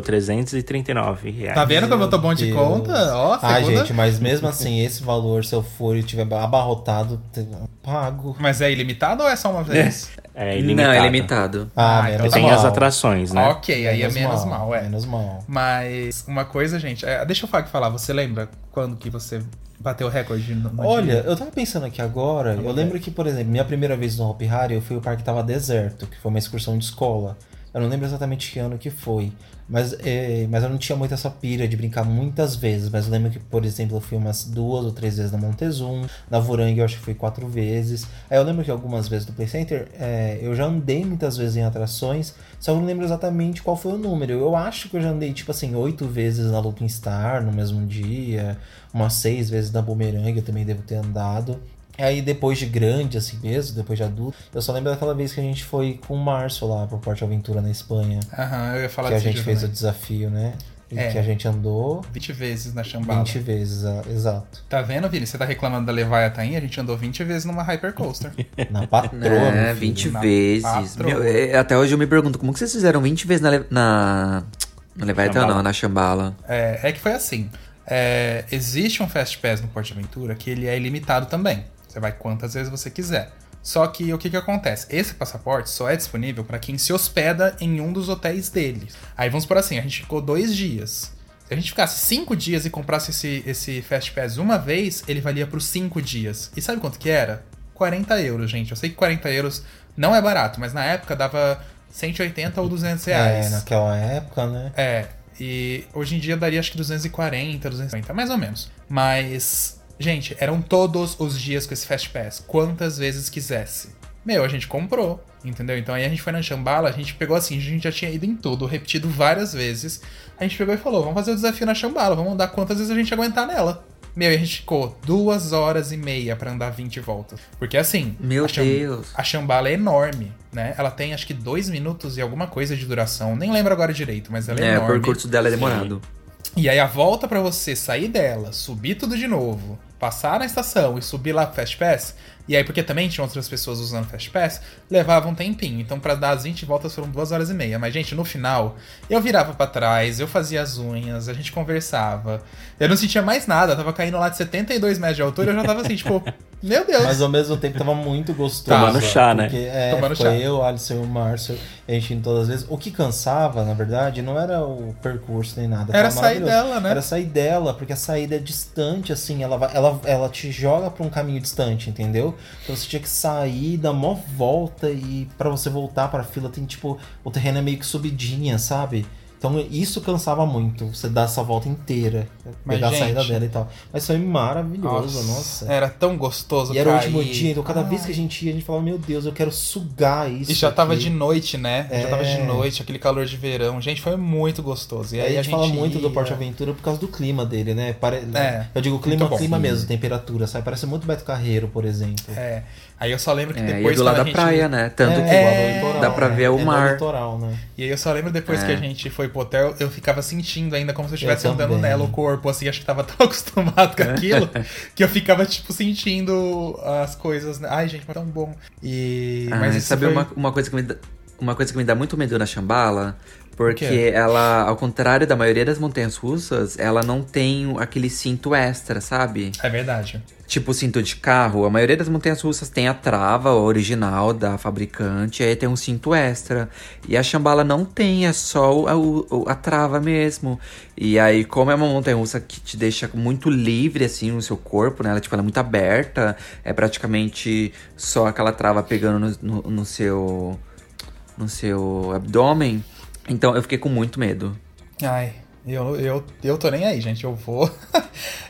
339 reais.
Tá vendo como eu tô bom de
Deus.
conta? Ó,
Ah,
segunda-
gente, mas mesmo assim, esse valor, se eu for e tiver abarrotado, te- pago.
Mas é ilimitado ou é só uma vez?
É
Não,
ilimitado.
é limitado.
Ah,
Ah,
menos
então
Tem
mal.
as atrações, né?
Ok, aí é menos mal, é.
Menos mal.
Mas uma coisa, gente, é, deixa o Fábio falar, você lembra quando que você bateu o recorde no, no
Olha,
dia?
eu tava pensando aqui agora, eu lembro que, por exemplo, minha primeira vez no Hop Harry, eu fui o parque que tava deserto, que foi uma excursão de escola. Eu não lembro exatamente que ano que foi. Mas, é, mas eu não tinha muito essa pira de brincar muitas vezes. Mas eu lembro que, por exemplo, eu fui umas duas ou três vezes na Montezum. Na Vorangue eu acho que fui quatro vezes. Aí eu lembro que algumas vezes do Play Center é, eu já andei muitas vezes em atrações. Só que eu não lembro exatamente qual foi o número. Eu acho que eu já andei, tipo assim, oito vezes na Looping Star no mesmo dia umas seis vezes na Boomerang, eu também devo ter andado. Aí depois de grande, assim mesmo, depois de adulto, eu só lembro daquela vez que a gente foi com o Márcio lá pro Porto Aventura na Espanha.
Aham, eu ia falar
que a
desse
gente
dia
fez o
também.
desafio, né? E
É.
que a gente andou
20 vezes na chambala.
20 vezes, ah, exato.
Tá vendo, Vini? Você tá reclamando da Leviathan? A gente andou 20 vezes numa Hypercoaster.
Na patroa,
É,
meu filho.
20
na
vezes.
patroa.
Meu, é, até hoje eu me pergunto como que vocês fizeram 20 vezes na. Le- na... Não Leviathan
Chambala.
não, na Chambala.
É, é que foi assim. É, existe um Fast Pass no Porto Aventura que ele é ilimitado também. Você vai quantas vezes você quiser. Só que o que, que acontece? Esse passaporte só é disponível para quem se hospeda em um dos hotéis dele. Aí vamos por assim, a gente ficou dois dias. Se a gente ficasse cinco dias e comprasse esse, esse Fast Pass uma vez, ele valia para os cinco dias. E sabe quanto que era? 40 euros, gente. Eu sei que 40 euros não é barato, mas na época dava 180 ou 200 reais.
É, naquela época, né?
É, e hoje em dia daria acho que 240, 250, mais ou menos. Mas, gente, eram todos os dias com esse Fast Pass, quantas vezes quisesse. Meu, a gente comprou, entendeu? Então aí a gente foi na Chambala, a gente pegou assim, a gente já tinha ido em tudo, repetido várias vezes. A gente pegou e falou: vamos fazer o desafio na Chambala, vamos andar quantas vezes a gente aguentar nela. Meu, e a gente ficou duas horas e meia pra andar 20 voltas. Porque assim.
Meu
a Cham-
Deus.
a Shambhala é enorme, né? Ela tem acho que dois minutos e alguma coisa de duração. Nem lembro agora direito, mas ela é,
É, o
enorme.
percurso dela é demorado.
E aí a volta pra você sair dela, subir tudo de novo, passar na estação e subir lá pro Fast Pass, e aí porque também tinha outras pessoas usando Fast Pass, levava um tempinho. Então pra dar as 20 voltas foram duas horas e meia. Mas gente, no final, eu virava pra trás, eu fazia as unhas, a gente conversava. Eu não sentia mais nada, eu tava caindo lá de 72 metros de altura, eu já tava assim, tipo, meu Deus.
Mas ao mesmo tempo tava muito gostoso.
tá
Tomando
né?
chá, né?
Porque, é,
Tomando
foi
chá.
eu, Alisson, o Márcio, a gente indo todas as vezes. O que cansava, na verdade, não era o percurso nem nada.
Era
tava
sair
maravilhoso.
dela, né?
Era sair dela, porque a saída é distante, assim. Ela, vai- ela, ela te joga pra um caminho distante, entendeu? Então você tinha que sair, dar mó volta e pra você voltar pra fila tem, tipo, o terreno é meio que subidinha, sabe? Então isso cansava muito, você dar essa volta inteira,
Mas,
pegar a saída
gente- é,
dela e tal. Mas foi maravilhoso, nossa.
Era tão gostoso,
E era o
cair.
último dia, então cada vez que a gente ia, a gente falava, meu Deus, eu quero sugar isso.
E já tava
aqui."
de noite, né? Já tava de
É.
noite, aquele calor de verão. Gente, foi muito gostoso. E
E
aí,
aí É, a gente fala muito do
ia-
Porte Aventura por causa do clima dele, né? Pare-
É,
eu digo clima,
muito bom.
clima mesmo, temperatura, sabe? Parece muito Beto Carreiro, por exemplo.
É. Aí eu só lembro que
É, e é
depois
do lado
quando a
da
gente...
praia, né? Tanto
É,
que
igual ao litoral,
dá pra
né?
ver o
É no
mar.
litoral, né?
E aí eu só lembro depois
É.
que a gente foi pro hotel, eu ficava sentindo ainda como se eu estivesse
Eu
andando
também.
nela o corpo, assim, acho que tava [LAUGHS] tão acostumado com
É.
aquilo que eu ficava, tipo, sentindo as coisas. né? Ai, gente, mas tão bom. E.
Ah,
mas
e
isso
sabe
foi...
uma, uma coisa que me dá, uma coisa que me dá muito medo na Chambala? Porque
O quê?
ela, ao contrário da maioria das montanhas russas, ela não tem aquele cinto extra, sabe?
É verdade.
Tipo cinto de carro, a maioria das montanhas russas tem a trava original da fabricante, aí tem um cinto extra. E a Shambhala não tem, é só o- a, o- a trava mesmo. E aí, como é uma montanha russa que te deixa muito livre, assim, o seu corpo, né? Ela, tipo, ela é muito aberta, é praticamente só aquela trava pegando no, no- no seu. no seu abdômen. Então eu fiquei com muito medo.
Ai. Eu, eu, eu tô nem aí, gente. Eu vou. [LAUGHS]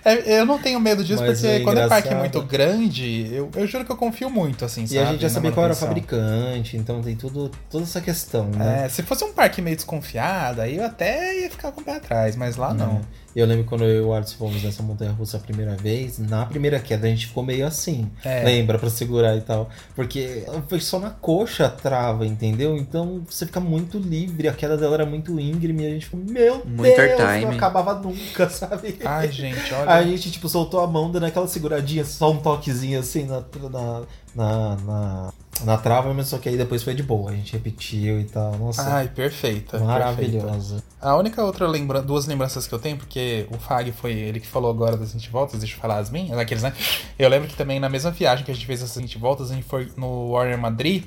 É, eu não tenho medo disso,
Mas
porque
é
quando é parque
engraçado.
muito grande, eu, eu juro que eu confio muito, assim,
E a gente já sabia qual era o
fabricante.
fabricante, então tem tudo, toda essa questão, né?
É, se fosse um parque meio desconfiado, aí eu até ia ficar com o pé atrás, mas
Uhum.
lá não.
E Eu lembro quando eu e o Alisson fomos nessa montanha russa a primeira vez, na primeira queda a gente ficou meio assim.
É.
Lembra, pra segurar e tal. Porque foi só na coxa a trava, entendeu? Então você fica muito livre. A queda dela era muito íngreme e a gente ficou, meu
Muito
Deus,
airtime.
não acabava nunca, sabe? [LAUGHS]
Ai, gente, olha.
A gente, tipo, soltou a mão, dando aquela seguradinha, só um toquezinho assim na, na, na, na, na trava, mas só que aí depois foi de boa. A gente repetiu e tal. Nossa,
Ai, perfeita. perfeita.
maravilhosa.
A única outra lembra... duas lembranças que eu tenho, porque o Fag foi ele que falou agora das 20 voltas, deixa eu falar as minhas, aqueles, né? Eu lembro que também na mesma viagem que a gente fez essas 20 voltas, a gente foi no Warner Madrid,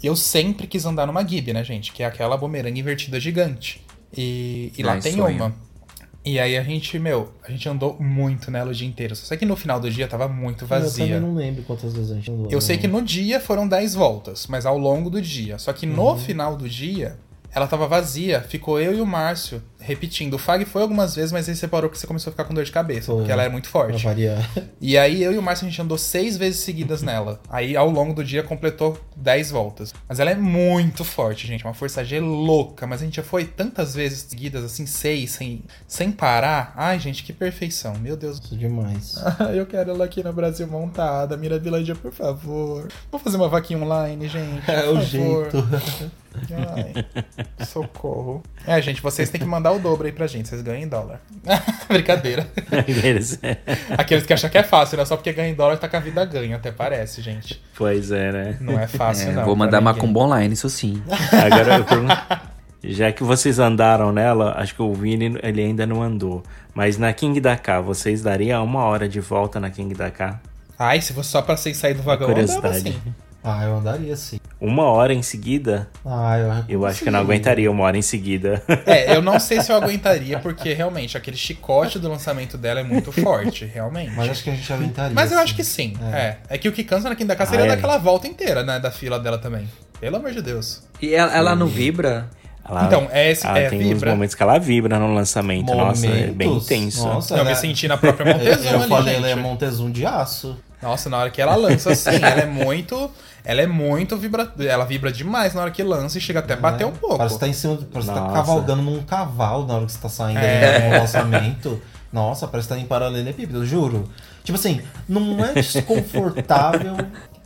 e eu sempre quis andar numa Gib, né, gente? Que é aquela bumerangue invertida gigante. E, e lá
Ai,
tem
sonho.
uma. E aí a gente, meu, a gente andou muito nela o dia inteiro. Só sei que no final do dia tava muito vazia.
Eu também não lembro quantas vezes a gente andou.
[LAUGHS]
Eu sei que
não.
no dia foram 10 voltas, mas ao longo do dia. Só que
Uhum.
no final do dia, ela tava vazia. Ficou eu e o Márcio repetindo. O Fag foi algumas vezes, mas ele separou porque você começou a ficar com dor de cabeça,
Foi.
porque ela era muito
Uhum. Pra
forte.
variar.
E aí eu e o Márcio a gente andou seis vezes seguidas nela. Aí ao longo do dia completou 10 voltas. Mas ela é muito forte, gente. Uma força G louca. Mas a gente já foi tantas vezes seguidas, assim, seis, sem, sem parar. Ai, gente, que perfeição. Meu Deus
Isso demais.
[LAUGHS] eu quero ela aqui no Brasil montada. Mirabilândia, por favor. Vou fazer uma vaquinha online, gente.
É
por
o
favor.
jeito.
Ai, socorro. É, gente, vocês têm que mandar o dobro aí pra gente, vocês ganham em dólar. [LAUGHS] Brincadeira. [LAUGHS]
Eles-
Aqueles que acham que é fácil, né? Só porque ganha em dólar tá com a vida ganha, até parece, gente.
pois é, né?
Não é fácil,
É,
não.
vou
pra
mandar
ninguém.
macumba online, isso sim.
Agora eu pergunto.
[LAUGHS]
Já que vocês andaram nela, acho que o Vini ele ainda não andou. Mas na King da K, vocês dariam uma hora de volta na King da K?
Ai, se fosse só pra vocês sair do vagão, eu andava
Curiosidade.
assim.
Ah, eu andaria sim.
Uma hora em seguida?
Ah, eu,
Eu acho que eu não aguentaria uma hora em seguida.
assim? É, eu não sei se eu aguentaria, porque realmente aquele chicote do lançamento dela é muito forte, realmente.
Mas acho que a gente aguentaria.
Mas eu
sim.
acho que sim. É.
É.
É, que o que cansa na Quinta
Ah,
Casa seria
é.
daquela volta inteira, né? Da fila dela também. Pelo amor de Deus.
[LAUGHS] E ela, ela não vibra?
[LAUGHS] Ela-
Então, é esse-
ela
é,
tem uns
vibra.
momentos que ela vibra no lançamento. Nossa, é bem
Momentos.
intenso.
Nossa,
eu
ela- [LAUGHS]
me senti na própria
Eu,
Montezuma
né? eu
ali,
falei,
gente.
ela é Montezum de aço.
Nossa, na hora que ela lança, assim, ela é muito... Ela é muito vibra... Ela vibra demais na hora que lança e chega até a bater um pouco.
Parece que tá em cima, parece que tá
Nossa.
cavalgando num cavalo na hora que você tá saindo
É.
aí no lançamento. Nossa, parece que tá em paralelepípedo, juro. Tipo assim, não
[LAUGHS]
é desconfortável.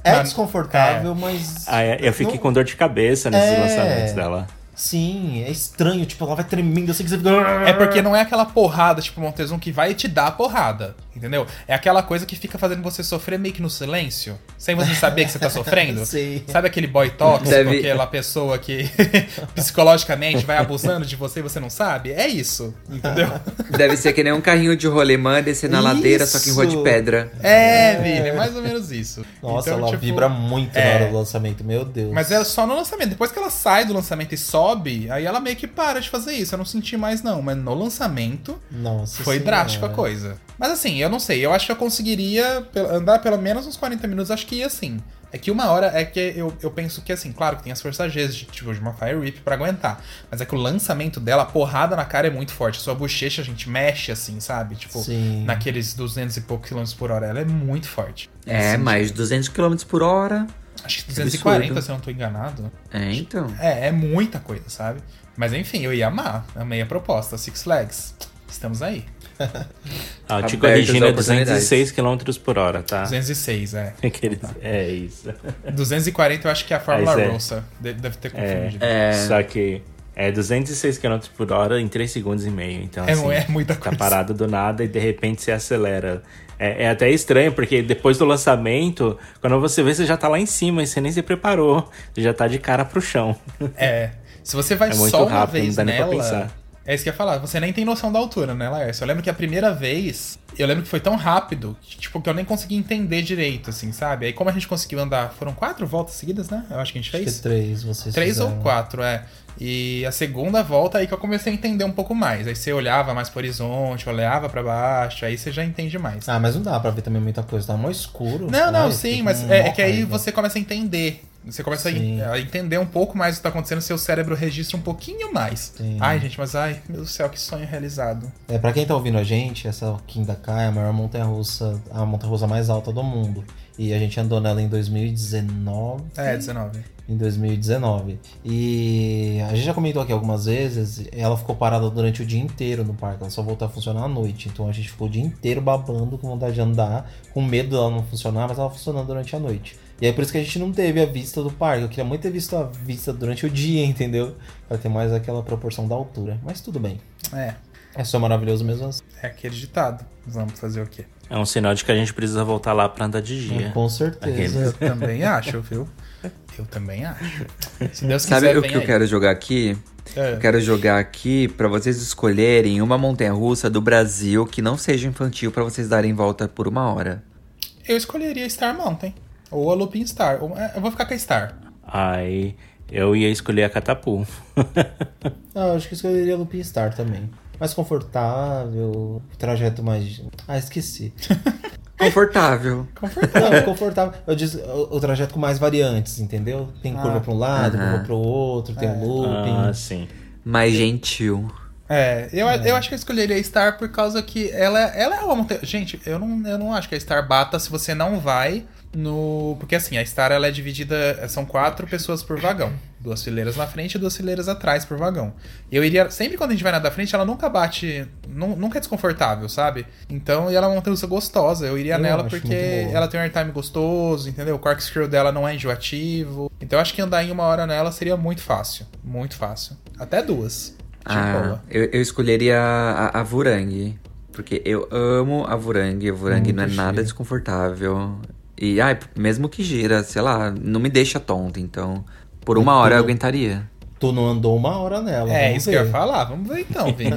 É
Mas-
desconfortável, mas.
Ah, é, eu fiquei
não-
com dor de cabeça nesses
É.
lançamentos dela.
Sim, é estranho. Tipo, ela vai tremendo assim que você fica.
É porque não é aquela porrada, tipo, Montezum, que vai te dar a porrada, entendeu? É aquela coisa que fica fazendo você sofrer meio que no silêncio, sem você saber
[LAUGHS]
que você tá sofrendo.
Sim.
Sabe aquele boy tóxico,
Deve-
aquela pessoa que [LAUGHS] psicologicamente vai abusando de você e você não sabe? É isso,
[LAUGHS]
entendeu?
Deve ser que nem um carrinho de rolemã descer na ladeira, só que em rua de
Isso.
pedra.
É, Vini, é mais ou menos isso.
Nossa,
Então,
ela
tipo,
vibra muito
é.
na hora do lançamento, meu Deus.
Mas é só no lançamento. Depois que ela sai do lançamento e sobe, aí ela meio que para de fazer isso. Eu não senti mais, não. Mas no lançamento,
Nossa
Foi
Senhora.
drástico a coisa. Mas assim, eu não sei. Eu acho que eu conseguiria pe- andar pelo menos uns 40 minutos. Acho que ia sim. É que uma hora é que eu, eu penso que assim, claro que tem as forças G de, tipo, de uma Fire Whip pra aguentar. Mas é que o lançamento dela, a porrada na cara é muito forte. A sua bochecha, a gente mexe assim, sabe? Tipo,
Sim.
naqueles 200 e poucos quilômetros por hora. Ela é muito forte. Assim,
É, mas 200 km por hora.
Acho que
Que
240,
absurdo.
se eu não tô enganado.
É, então.
É, é muita coisa, sabe? Mas enfim, eu ia amar. Amei a proposta. Six Flags.
[LAUGHS]
Estamos aí.
Ah, o Tico
Abertas
Regina é
oportunidades.
206 km por hora, tá? [LAUGHS]
206, é.
Aqueles- É isso.
240 eu acho que é a Fórmula
Aí cê-
Rossa. De- Deve ter confundido. É,
É.
Só que é 206 km por hora em 3 segundos e meio. Então, assim,
mu- é muita
tá
coisa.
parado do nada e de repente você acelera. É, é até estranho, porque depois do lançamento, quando você vê, você já tá lá em cima e você nem se preparou. Você já tá de cara pro chão. [LAUGHS]
É. Se você vai
É muito
só uma
rápido,
vez
não dá nem pra
nela.
pensar.
É isso que eu ia falar, você nem tem noção da altura, né, Laércio? Eu lembro que a primeira vez, eu lembro que foi tão rápido, que, tipo, que eu nem consegui entender direito, assim, sabe? Aí como a gente conseguiu andar, foram quatro voltas seguidas, né? Eu acho que a gente
Acho que é
fez.
três, vocês
Três ou
fizeram.
quatro, é. E a segunda volta aí que eu comecei a entender um pouco mais. Aí você olhava mais pro horizonte, olhava pra baixo, aí você já entende mais.
Ah, mas não dá pra ver também muita coisa, tá mó escuro.
Não, não,
Ai,
sim,
fica
mas
com
é,
mó
é que aí
raiva.
você começa a entender. Você começa a, en-
Sim.
a entender um pouco mais o que tá acontecendo, seu cérebro registra um pouquinho mais.
Sim.
Ai, gente, mas ai, meu Deus do céu, que sonho realizado.
É, pra quem tá ouvindo a gente, essa Kinda Kai é a maior montanha russa, a montanha russa mais alta do mundo. E a gente andou nela em 2019.
É, 19.
Em 2019. E a gente já comentou aqui algumas vezes, ela ficou parada durante o dia inteiro no parque, ela só voltou a funcionar à noite. Então a gente ficou o dia inteiro babando, com vontade de andar, com medo dela não funcionar, mas ela funcionando durante a noite. E aí por isso que a gente não teve a vista do parque. Eu queria muito ter visto a vista durante o dia, [LAUGHS] entendeu? Pra ter mais aquela proporção da altura. Mas tudo bem.
É,
É só maravilhoso mesmo assim.
é aquele ditado. Vamos fazer o quê?
É um sinal de que a gente precisa voltar lá pra andar de dia.
Com certeza.
Eu também acho, viu? Eu também acho. Se Deus quiser,
Sabe o
vem
que eu
aí.
quero jogar aqui?
É.
Eu quero jogar aqui pra vocês escolherem uma montanha russa do Brasil que não seja infantil pra vocês darem volta por uma hora.
Eu escolheria Star Mountain. Ou a Lupin Star. Ou- é, Eu vou ficar com a Star.
Aí eu ia escolher a Catapu. [LAUGHS]
Ah, eu acho que escolheria Lupin Star também. Mais confortável, trajeto mais. Ah, esqueci.
Confortável. [LAUGHS]
Não, confortável. Eu disse o, o trajeto com mais variantes, entendeu? Tem curva pra um lado, curva pro outro, tem looping.
ah, sim.
Mais gentil.
É, eu, eu acho que eu escolheria a Star por causa que ela, ela é uma montanha. Gente, eu não, eu não acho que a Star bata se você não vai no. Porque assim, a Star ela é dividida. São quatro pessoas por vagão. Duas fileiras na frente e duas fileiras atrás por vagão. E eu iria. Sempre quando a gente vai na da frente, ela nunca bate. nu- nunca é desconfortável, sabe? Então, e ela é uma montanha gostosa. Eu iria
Eu
nela
acho
porque
muito boa.
ela tem um airtime gostoso, entendeu? O corkscrew dela não é enjoativo. Então, eu acho que andar em uma hora nela seria muito fácil. Muito fácil. Até duas. De
Ah,
boa.
eu, eu escolheria a, a Vurangue. Porque eu amo a Vurangue. A Vurangue não é
Muito
nada
chique.
desconfortável. E, ai, mesmo que gira, sei lá, não me deixa tonta. Então, por uma hora eu aguentaria.
Tu não andou uma hora nela.
É,
vamos
isso
ver.
que eu ia falar. Vamos ver então, [LAUGHS] Vini.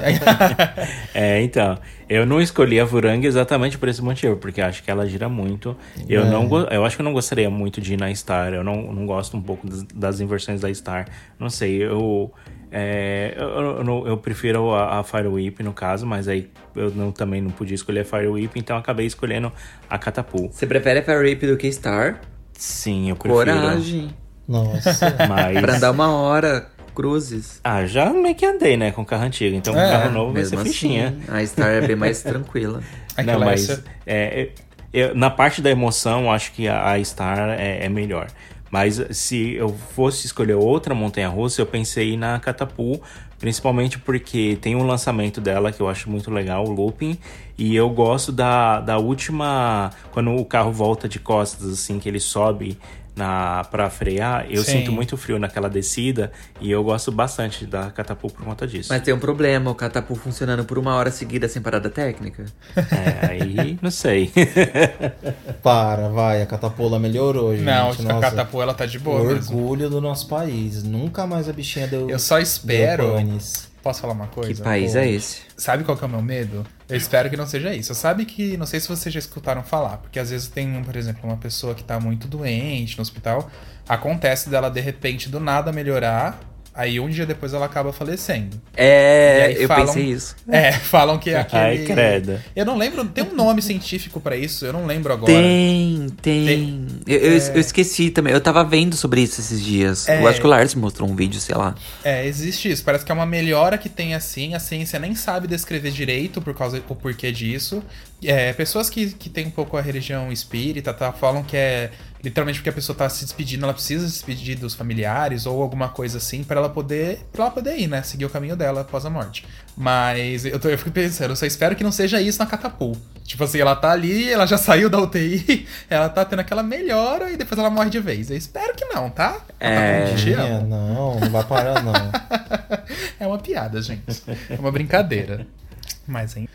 É, então, eu não escolhi a Vuranga exatamente por esse motivo, porque eu acho que ela gira muito. Eu não, go- eu acho que eu não gostaria muito de ir na Star. Eu não, não gosto um pouco das, das inversões da Star. Não sei, eu é, eu, eu não- eu prefiro a, a Fire Whip no caso, mas aí eu não- também não podia escolher a Fire Whip, então eu acabei escolhendo a Catapult.
Você prefere a Fairy Whip do que Star?
Sim, eu prefiro.
Coragem.
Nossa.
Mas...
[LAUGHS] Pra andar uma hora, cruzes.
Ah, já meio que andei, né, com carro antigo. Então o
É,
carro novo vai ser
Mesmo
fichinha.
assim, a Star é bem mais
[LAUGHS]
tranquila.
Aquela
Não, mas
essa-
é, eu- na parte da emoção, acho que a, a Star é, é melhor. Mas se eu fosse escolher outra montanha-russa, eu pensei na Catapult, principalmente porque tem um lançamento dela que eu acho muito legal, o Looping, e eu gosto da, da última, quando o carro volta de costas, assim, que ele sobe na para frear, eu
Sim.
sinto muito frio naquela descida e eu gosto bastante da Catapult por conta disso.
Mas tem um problema, o catapult funcionando por uma hora seguida sem parada técnica.
É, aí, não
[LAUGHS]
sei.
Para, vai, a catapula melhorou, gente.
Não, a
nossa.
Catapult ela tá de boa mesmo.
Orgulho do nosso país. Nunca mais a bichinha deu.
Eu só
deu
espero.
panes.
Posso falar uma coisa?
que país
Pô,
é esse?
Sabe qual que é o meu medo? Eu espero que não seja isso. Sabe que, não sei se vocês já escutaram falar, porque às vezes tem, um, por exemplo, uma pessoa que tá muito doente no hospital, acontece dela de repente do nada melhorar, aí um dia depois ela acaba falecendo.
É,
E aí
eu
falam-
pensei isso.
É, [LAUGHS] falam que é aquele...
Ai, credo.
Eu não lembro, tem um nome científico pra isso, eu não lembro agora.
Tem, tem. Eu, eu, eu esqueci também. Eu tava vendo sobre isso esses dias.
É.
O Articular se mostrou um vídeo, sei lá.
É, existe isso. Parece que é uma melhora que tem assim. A ciência nem sabe descrever direito por causa o porquê disso. É, pessoas que, que têm um pouco a religião espírita tá, falam que é literalmente porque a pessoa tá se despedindo, ela precisa se despedir dos familiares ou alguma coisa assim pra ela poder para ela poder ir, né? Seguir o caminho dela após a morte. Mas eu, tô, eu fico pensando, eu só espero que não seja isso na catapulta. Tipo assim, ela tá ali, ela já saiu da UTI, [LAUGHS] ela tá tendo aquela melhora e depois ela morre de vez. Eu espero que não, tá?
É.
Catapult, te amo.
É, não, não vai parar, não.
[LAUGHS] É uma piada, gente. É uma brincadeira. Mas, hein?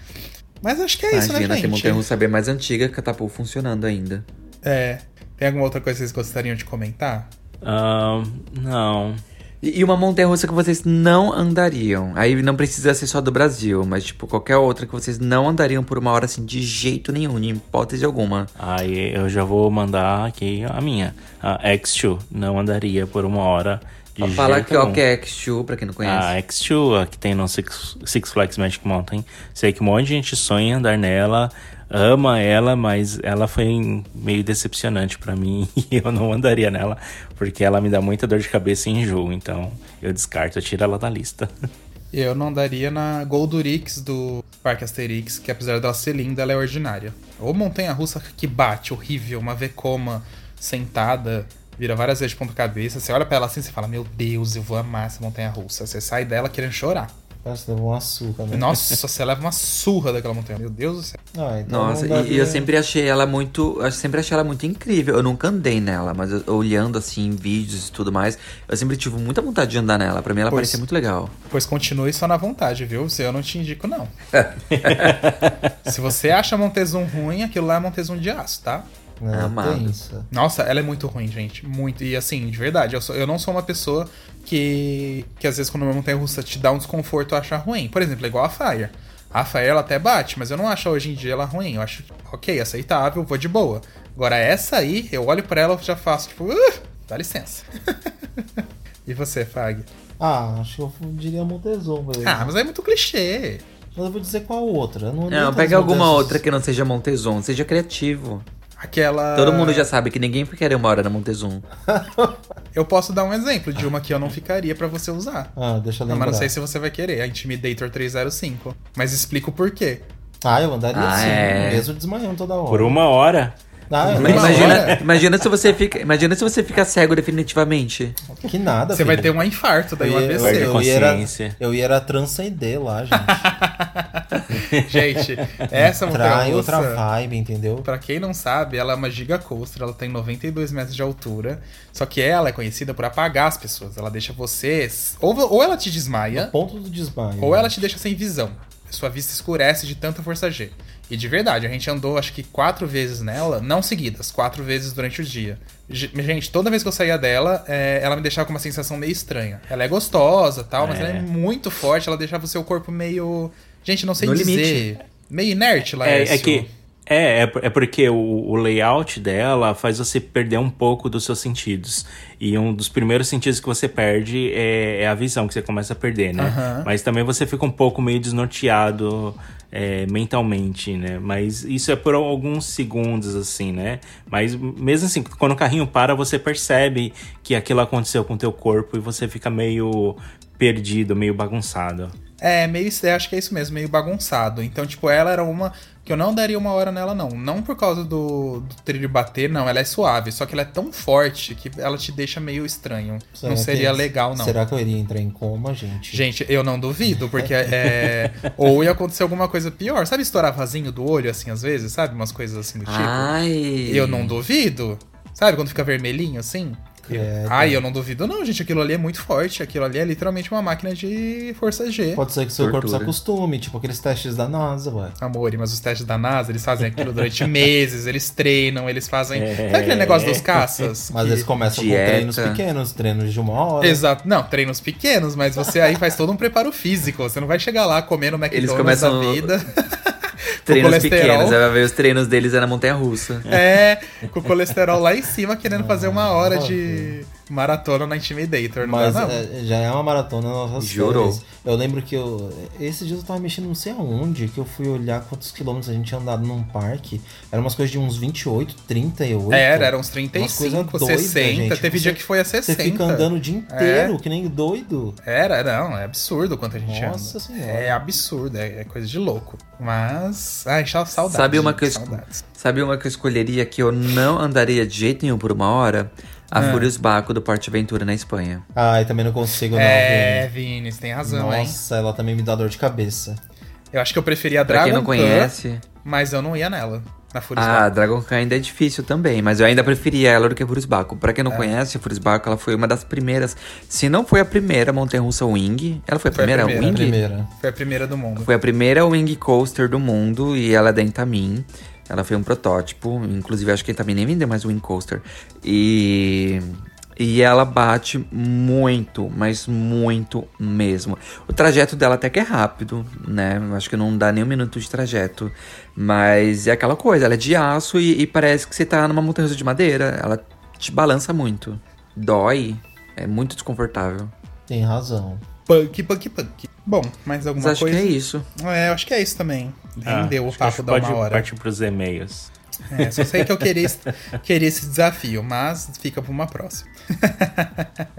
Mas acho que é isso,
Imagina,
né,
tem
gente?
montanha russa bem mais antiga, catapult funcionando ainda.
É. Tem alguma outra coisa que vocês gostariam de comentar?
Ahn, não.
E, e uma montanha russa que vocês não andariam. Aí não precisa ser só do Brasil, mas tipo, qualquer outra que vocês não andariam por uma hora assim, de jeito nenhum, em hipótese alguma.
Aí eu já vou mandar aqui a minha. A X2 não andaria por uma hora de
Fala
jeito
que ó,
nenhum.
que é Exu, pra quem não conhece.
A X2, a que tem no Six, Six Flags Magic Mountain. Sei que um monte de gente sonha em andar nela, ama ela, mas ela foi meio decepcionante pra mim [LAUGHS] e eu não andaria nela, porque ela me dá muita dor de cabeça e enjoo. Então eu descarto, eu tiro ela da lista. [LAUGHS]
Eu não daria na Goldurix do Parque Asterix, que apesar dela ser linda, ela é ordinária. Ou montanha-russa que bate, horrível, uma vekoma sentada, vira várias vezes de ponta cabeça. Você olha pra ela assim e fala, meu Deus, eu vou amar essa montanha-russa. Você sai dela querendo chorar.
Parece que levou um açúcar, né?
Nossa, você leva uma surra daquela montanha. Meu Deus do céu.
Ah, então
Nossa,
não
e, e eu
daria-
sempre achei ela muito. Eu sempre achei ela muito incrível. Eu nunca andei nela, mas eu- olhando assim, vídeos e tudo mais, eu sempre tive muita vontade de andar nela. Pra mim ela
Pois.
parecia muito legal.
Pois continue só na vontade, viu? Se eu não te indico, não. Se você acha Montezum ruim, aquilo lá é Montezum de aço, tá?
Não, é
Amado.
tensa.
Nossa, ela é muito ruim, gente. Muito. E assim, de verdade, eu, sou- eu não sou uma pessoa que. que às vezes quando uma montanha russa te dá um desconforto, acha ruim. Por exemplo, é igual a Fire. A Fire ela até bate, mas eu não acho hoje em dia ela ruim. Eu acho, ok, aceitável, vou de boa. Agora essa aí, eu olho pra ela e já faço tipo, "Uh, dá licença. [LAUGHS] e você, Fag?
Ah, acho que eu diria Montezum, velho.
Ah, mas aí é muito clichê.
Mas eu vou dizer qual outra. Eu não, andei
Não,
tantas
pega alguma
Montezums.
outra que não seja Montezum, seja criativo.
Aquela.
Ah.
Todo mundo já sabe que ninguém quer uma hora na Montezum.
Eu posso dar um exemplo de uma que eu não ficaria pra você usar.
Ah, deixa eu
Não,
lembrar.
mas não sei se você vai querer, a Intimidator 305. Mas explico o porquê.
Ah, eu andaria
Ah,
sim,
é.
mesmo desmanhando toda hora.
Por uma hora.
Ah,
Mas
uma
Imagina,
hora?
imagina, se você fica, imagina se você fica cego definitivamente.
Que nada,
Você vai ter
filho.
um infarto, daí um
Eu ia-
ABC.
Perde a
eu ia era-
consciência.
Eu ia era transcender lá, gente.
[LAUGHS] Gente, essa
Trai outra
montanha-russa,
vibe, entendeu?
pra quem não sabe, ela é uma giga coaster, ela tá tem 92 metros de altura, só que ela é conhecida por apagar as pessoas, ela deixa você... Ou, ou ela te desmaia,
Ponto do desmaio.
ou ela te deixa sem visão. Sua vista escurece de tanta força G. E de verdade, a gente andou acho que quatro vezes nela, não seguidas, quatro vezes durante o dia. G- Gente, toda vez que eu saía dela, é, ela me deixava com uma sensação meio estranha. Ela é gostosa tal, mas
É.
ela é muito forte, ela deixava o seu corpo meio. Gente, não sei
No
dizer.
limite.
Meio inerte, lá
É, é que. É, é por- é porque o, o layout dela faz você perder um pouco dos seus sentidos. E um dos primeiros sentidos que você perde é, é a visão, que você começa a perder, né?
Aham.
Mas também você fica um pouco meio desnorteado é, mentalmente, né? Mas isso é por alguns segundos, assim, né? Mas mesmo assim, quando o carrinho para, você percebe que aquilo aconteceu com o teu corpo e você fica meio perdido, meio bagunçado.
É, meio. é, acho que é isso mesmo, meio bagunçado. Então, tipo, ela era uma. Que eu não daria uma hora nela, não. Não por causa do, do trilho bater, não. Ela é suave. Só que ela é tão forte que ela te deixa meio estranho.
Será
não
que-
seria legal, não.
é Será que eu iria entrar em coma, gente?
Gente, eu não duvido, porque é.
[LAUGHS]
ou ia acontecer alguma coisa pior. Sabe estourar vasinho do olho, assim, às vezes? Sabe? Umas coisas assim do tipo.
Ah,
Ai.
Eu não duvido. Sabe quando fica vermelhinho assim?
Credo.
Ai, eu não duvido, não, gente. Aquilo ali é muito forte. Aquilo ali é literalmente uma máquina de força G.
Pode ser que seu corpo se
Tortura.
acostume, tipo aqueles testes da NASA, ué.
Amore, mas os testes da NASA, eles fazem aquilo durante [LAUGHS] meses, eles treinam, eles fazem.
É.
Sabe aquele negócio dos caças?
Mas
Que-
eles começam
dieta.
com treinos pequenos, treinos de uma hora.
Exato. Não, treinos pequenos, mas você aí faz todo um preparo físico. Você não vai chegar lá comendo McDonald's
Eles começam-
da
[LAUGHS]
vida.
Treinos
colesterol.
pequenos, aí vai ver os treinos deles é na montanha russa.
É, com o colesterol lá em cima, querendo fazer uma hora de maratona na Intimidator, não
Mas
dá, não?
é, já é uma maratona nas nossas
Jurou.
férias. Eu lembro que eu. Esse dia eu tava mexendo não sei aonde, que eu fui olhar quantos quilômetros a gente tinha andado num parque. Era umas coisas de uns 28, 38.
É, Era, um eram uns
Umas coisas
35,
doidas,
60.
gente.
Teve
Você-
dia que foi a 60.
Você fica andando o
É.
dia inteiro, que nem doido.
Era, não, é absurdo quanto a gente
Nossa
anda.
Senhora.
É absurdo, é, é coisa de louco. Mas. Ai, sa- saudades.
Sabe uma que eu-
saudades.
Sabe uma que eu escolheria que eu não andaria de jeito nenhum por uma hora? A
Ah.
Furious Baco do Porte Aventura na Espanha.
Ai, também não consigo, não,
É,
velho.
Vini, você tem razão, hein?
Nossa, ela também me dá dor de cabeça.
Eu acho que eu preferia a
Pra
Dragon
quem não conhece.
Khan, mas eu não ia nela. Na Furious
Ah,
Baco.
Dragon Khan ainda é difícil também, mas eu ainda preferia ela do que a Furusbaco. Pra
É.
quem não conhece, a Furusbaco ela foi uma das primeiras, se não foi a primeira montanha-russa Wing, ela foi a
Foi a
primeira,
primeira.
Wing?
Primeira.
Foi a primeira do mundo.
Foi a primeira Wing Coaster do mundo e ela é da Intamin. Ela foi um protótipo, inclusive acho que a Intamin nem vendeu mais Wing Coaster. E e ela bate muito, mas muito mesmo. O trajeto dela até que é rápido, né? Eu Acho que não dá nem um minuto de trajeto. Mas é aquela coisa, ela é de aço e, e parece que você tá numa montanha de madeira. Ela te balança muito. Dói. É muito desconfortável.
Tem razão.
Punk, punk, punk. Bom, mais
Mas
alguma
acho
coisa?
que é isso.
É, eu acho que é isso também.
Ah,
Rendeu o
acho que a gente
papo da uma
pode
hora.
partir pros e-mails.
É, só sei que eu queria,
[LAUGHS]
es- queria esse desafio, mas fica pra uma próxima. [LAUGHS]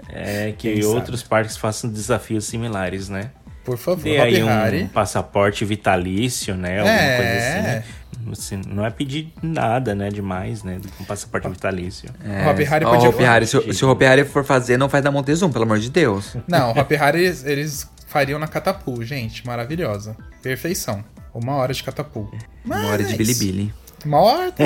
É que
Quem sabe?
outros parques façam desafios similares, né?
Por favor,
Dê
Hopi
aí um
Hari.
passaporte vitalício, né? Alguma
É.
coisa assim, né? Assim, Não é pedir nada, né? Demais, né? Um passaporte vitalício.
É. Hopi Hari
Ó,
podia...
o Hopi Hari, se, o- se o Hopi Hari for fazer, não faz da Montezum, pelo amor de Deus.
Não, o Hopi Hari eles, eles fariam na Catapu, gente. Maravilhosa. Perfeição. Uma hora de Catapu.
Uma hora de bilibili.
Morta!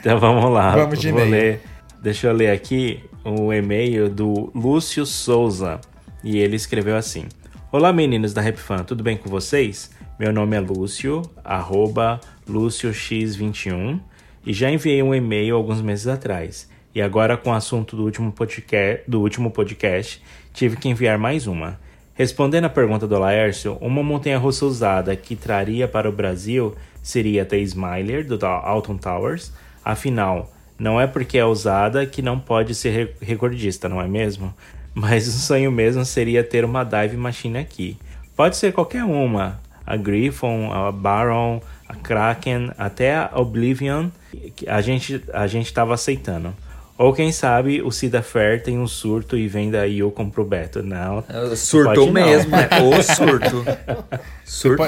Então vamos lá.
Vamos de
Vou
e-mail.
ler- Deixa eu ler aqui o e-mail do Lúcio Souza. E ele escreveu assim: Olá meninos da RapFan, tudo bem com vocês? Meu nome é Lúcio, arroba LúcioX21, e já enviei um e-mail alguns meses atrás. E agora, com o assunto do último podca- do último podcast tive que enviar mais uma. Respondendo à pergunta do Laércio, uma montanha russa usada que traria para o Brasil seria a The Smiler, do Ta- Alton Towers. Afinal, não é porque é usada que não pode ser re- recordista, não é mesmo? [LAUGHS] Mas o sonho mesmo seria ter uma dive machine aqui. Pode ser qualquer uma: a Griffon, a Baron, a Kraken, até a Oblivion. que A gente a gente estava aceitando. Ou quem sabe o Cida Fair tem um surto e venda a Yukon pro Beto. Não,
Surtou
Pode não.
mesmo, é o surto. [LAUGHS] Surtou.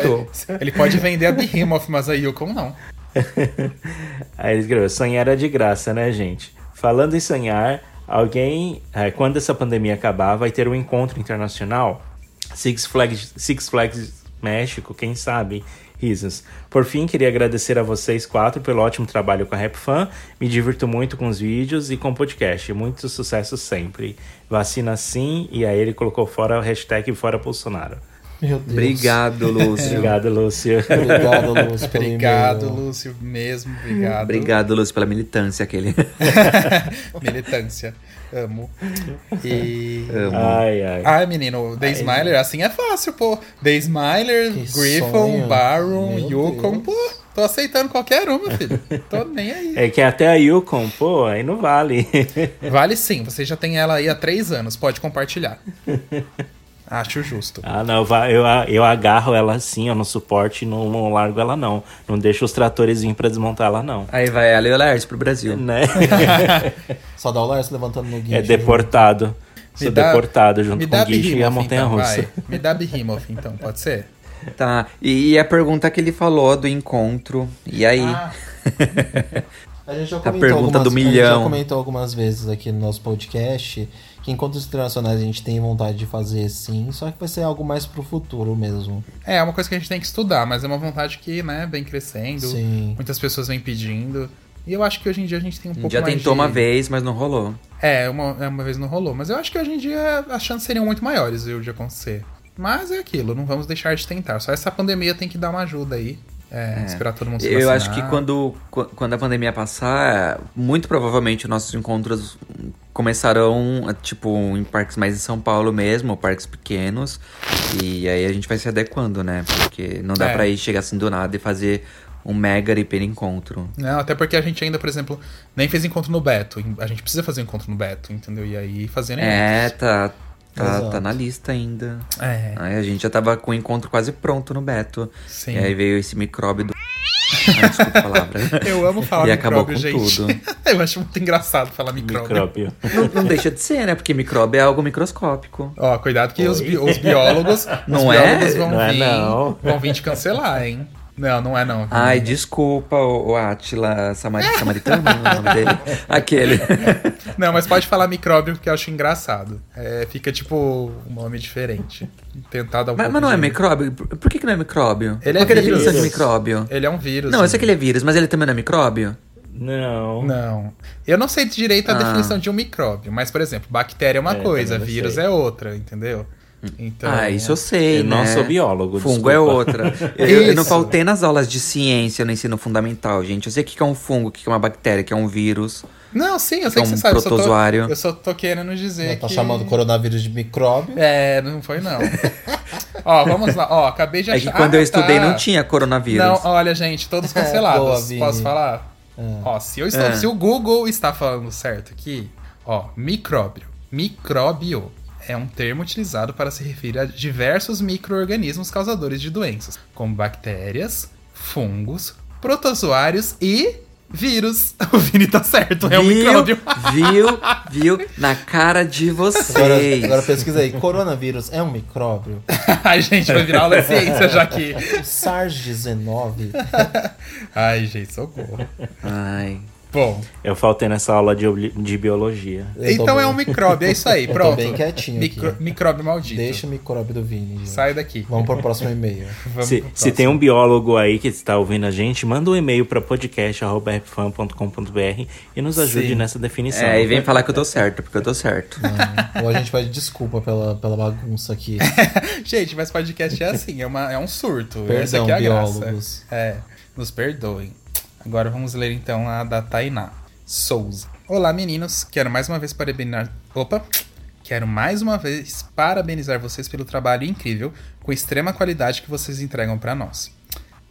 Pode- Ele pode vender a Behemoth, mas a Yukon não.
Aí ele escreveu: sonhar é de graça, né, gente? Falando em sonhar, alguém, eh, quando essa pandemia acabar, vai ter um encontro internacional? Six Flags, Six Flags México, quem sabe? Risos. Por fim, queria agradecer a vocês quatro pelo ótimo trabalho com a Rap Fan. Me divirto muito com os vídeos e com o podcast. Muito sucesso sempre. Vacina sim, e aí ele colocou fora o hashtag Fora Bolsonaro.
Meu Deus.
Obrigado, Lúcio.
Obrigado, Lúcio.
Obrigado, Lúcio. pelo
Obrigado,
e-mail.
Lúcio, mesmo. Obrigado.
Obrigado, Lúcio, pela militância aquele.
[LAUGHS]
[LAUGHS]
Militância. Amo. E.
Ai, ai.
Ai, menino, The Smiler, assim é fácil, pô. The Smiler,
Que
Griffon,
sonho.
Baron,
Meu
Yukon,
Deus.
pô. Tô aceitando qualquer um, meu filho. Tô nem aí.
É que até a Yukon, pô, aí não vale. [LAUGHS]
Vale sim, você já tem ela aí há três anos, pode
[LAUGHS]
compartilhar. Acho justo.
ah, não, va- eu, a- eu agarro ela assim, eu não suporte, não, não largo ela não. Não deixo os tratores vir pra desmontar ela não.
Aí vai ela e o Lars pro Brasil.
Né? [LAUGHS]
Só dá o Lars levantando no guincho.
é deportado. Sou deportado junto com o Guiche e a
Behemoth,
Montanha
então,
Russa.
vai. Me dá Behemoth, então, pode ser?
Tá. E, e a pergunta que ele falou do encontro. E aí?
Ah.
A, gente já
A
comentou
pergunta
algumas-
do
A gente
milhão.
já comentou algumas vezes aqui no nosso podcast que encontros internacionais a gente tem vontade de fazer sim, só que vai ser algo mais pro futuro mesmo.
É, é uma coisa que a gente tem que estudar, mas é uma vontade que, né, vem crescendo.
Sim.
Muitas pessoas vêm pedindo. E eu acho que hoje em dia a gente tem
A
um pouco
gente já
mais
tentou
de...
uma vez, mas não rolou.
É, uma, é, uma vez não rolou. Mas eu acho que hoje em dia as chances seriam muito maiores, viu, de acontecer. Mas é aquilo, não vamos deixar de tentar. Só essa pandemia tem que dar uma ajuda aí. É, esperar todo mundo se
Eu acho que
vacinar.
quando, qu- quando a pandemia passar, muito provavelmente nossos encontros começarão, tipo, em parques mais em São Paulo mesmo, ou parques pequenos. E aí a gente vai se adequando, né? Porque não dá
É.
pra ir chegar assim do nada e fazer um mega hiper encontro.
Não, Né? até porque a gente ainda, por exemplo, nem fez encontro no Beto. A gente precisa fazer encontro no Beto, entendeu? E aí fazendo
É, tá, tá,
Exato.
tá na lista ainda.
É,
Aí a gente já tava com o encontro quase pronto no Beto.
sim.
E aí veio esse micróbio do. [LAUGHS] Ah, desculpa a palavra.
[LAUGHS] Eu amo falar
E acabou
micróbio,
com
gente.
tudo.
[LAUGHS] Eu acho muito engraçado falar micróbio.
[LAUGHS] Micróbio.
Não, não deixa de ser, né? Porque micróbio é algo microscópico.
Ó, cuidado que os, bi-
[LAUGHS]
os biólogos,
Não
os
é?
biólogos vão
Não é,
vir,
não.
vão vir te cancelar, hein? Não, não é não.
Ai, desculpa, o, o Atila Samari, Samaritano, o nome dele.
[LAUGHS]
Aquele.
É. Não, mas pode falar micróbio porque eu acho engraçado. É, fica tipo um nome diferente. Tentar dar um
mas,
pouco
mas não é
de-
micróbio? Por por que, que não é micróbio?
Ele é
Qual que a
vírus.
definição de micróbio?
Ele é um vírus.
Não, eu sei que ele é vírus, mas ele também não é micróbio?
Não.
Não. Eu não sei direito a
Ah.
definição de um micróbio, mas, por exemplo, bactéria é uma
É,
coisa,
também não
vírus
sei.
é outra, entendeu? Então.
ah, isso eu sei,
Eu
né?
não sou biólogo,
Fungo
desculpa.
é
[LAUGHS]
outra. Eu, eu não
Isso.
faltei nas aulas de ciência no ensino fundamental, gente. Eu sei o que que é um fungo, o que que é uma bactéria, o que é um vírus.
Não, sim, eu sei que
É um
você sabe. eu só tô-
protozoário.
Eu só tô querendo dizer.
Tá
que...
chamando o coronavírus de micróbio.
É, não
[LAUGHS]
foi não. Ó, vamos lá. Ó, acabei de
É que
achar-
quando
Ah,
eu estudei
tá.
não tinha coronavírus.
Não, olha,
[LAUGHS]
gente, todos
É, Boa,
cancelados.
Vini.
Posso falar? Ó, se eu estou,
É.
se o Google está falando certo aqui, ó, micróbio. Micróbio é um termo utilizado para se referir a diversos micro-organismos causadores de doenças, como bactérias, fungos, protozoários e vírus. [LAUGHS] O Vini tá certo, é um micróbio. [LAUGHS]
viu, viu, na cara de
Agora,
vocês.
agora pesquisa aí. Coronavírus é um micróbio?
Ai, gente, vai virar aula de ciência já aqui.
O SARS-19
Ai, gente, socorro.
Ai.
Bom,
Eu faltei nessa aula de, obli- de biologia.
Eu tô
então
bem-
é um micróbio, é isso aí,
eu tô
pronto.
bem quietinho
Micro-
aqui.
Micróbio maldito.
deixa o micróbio do Vini. gente.
Sai daqui.
Vamos pro próximo e-mail.
Vamos
Se,
pro
se tem um biólogo aí que está ouvindo a gente, manda um e-mail para podcast.com.br e nos ajude
Sim.
nessa definição.
É, e vem falar que eu tô certo, porque eu tô certo.
Ou a gente pede desculpa pela, pela bagunça aqui.
Gente, mas podcast é assim, é, uma, é um surto. Essa
Perdão,
aqui é a
biólogos.
graça. É, nos perdoem. Agora vamos ler então a da Tainá Souza. Olá, meninos. Quero mais uma vez parabenizar. Opa! Quero mais uma vez parabenizar vocês pelo trabalho incrível, com extrema qualidade que vocês entregam pra nós.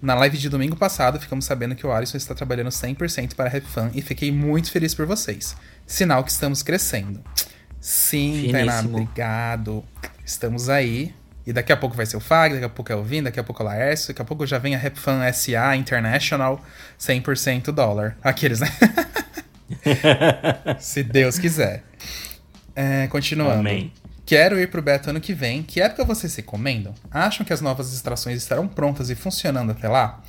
Na live de domingo passado, ficamos sabendo que o Alisson está trabalhando 100% para a RapFan e fiquei muito feliz por vocês. Sinal que estamos crescendo. Sim, Tainá,
Finíssimo.
obrigado. Estamos aí. E daqui a pouco vai ser o Fag, daqui a pouco é o Vin, daqui a pouco é o Laércio, daqui a pouco já vem a RapFan SA International 100% dólar. Aqueles, né? [LAUGHS] Se Deus quiser. É, continuando.
Amém.
Quero ir pro Beto ano que vem. Que época vocês recomendam? Acham que as novas distrações estarão prontas e funcionando até lá?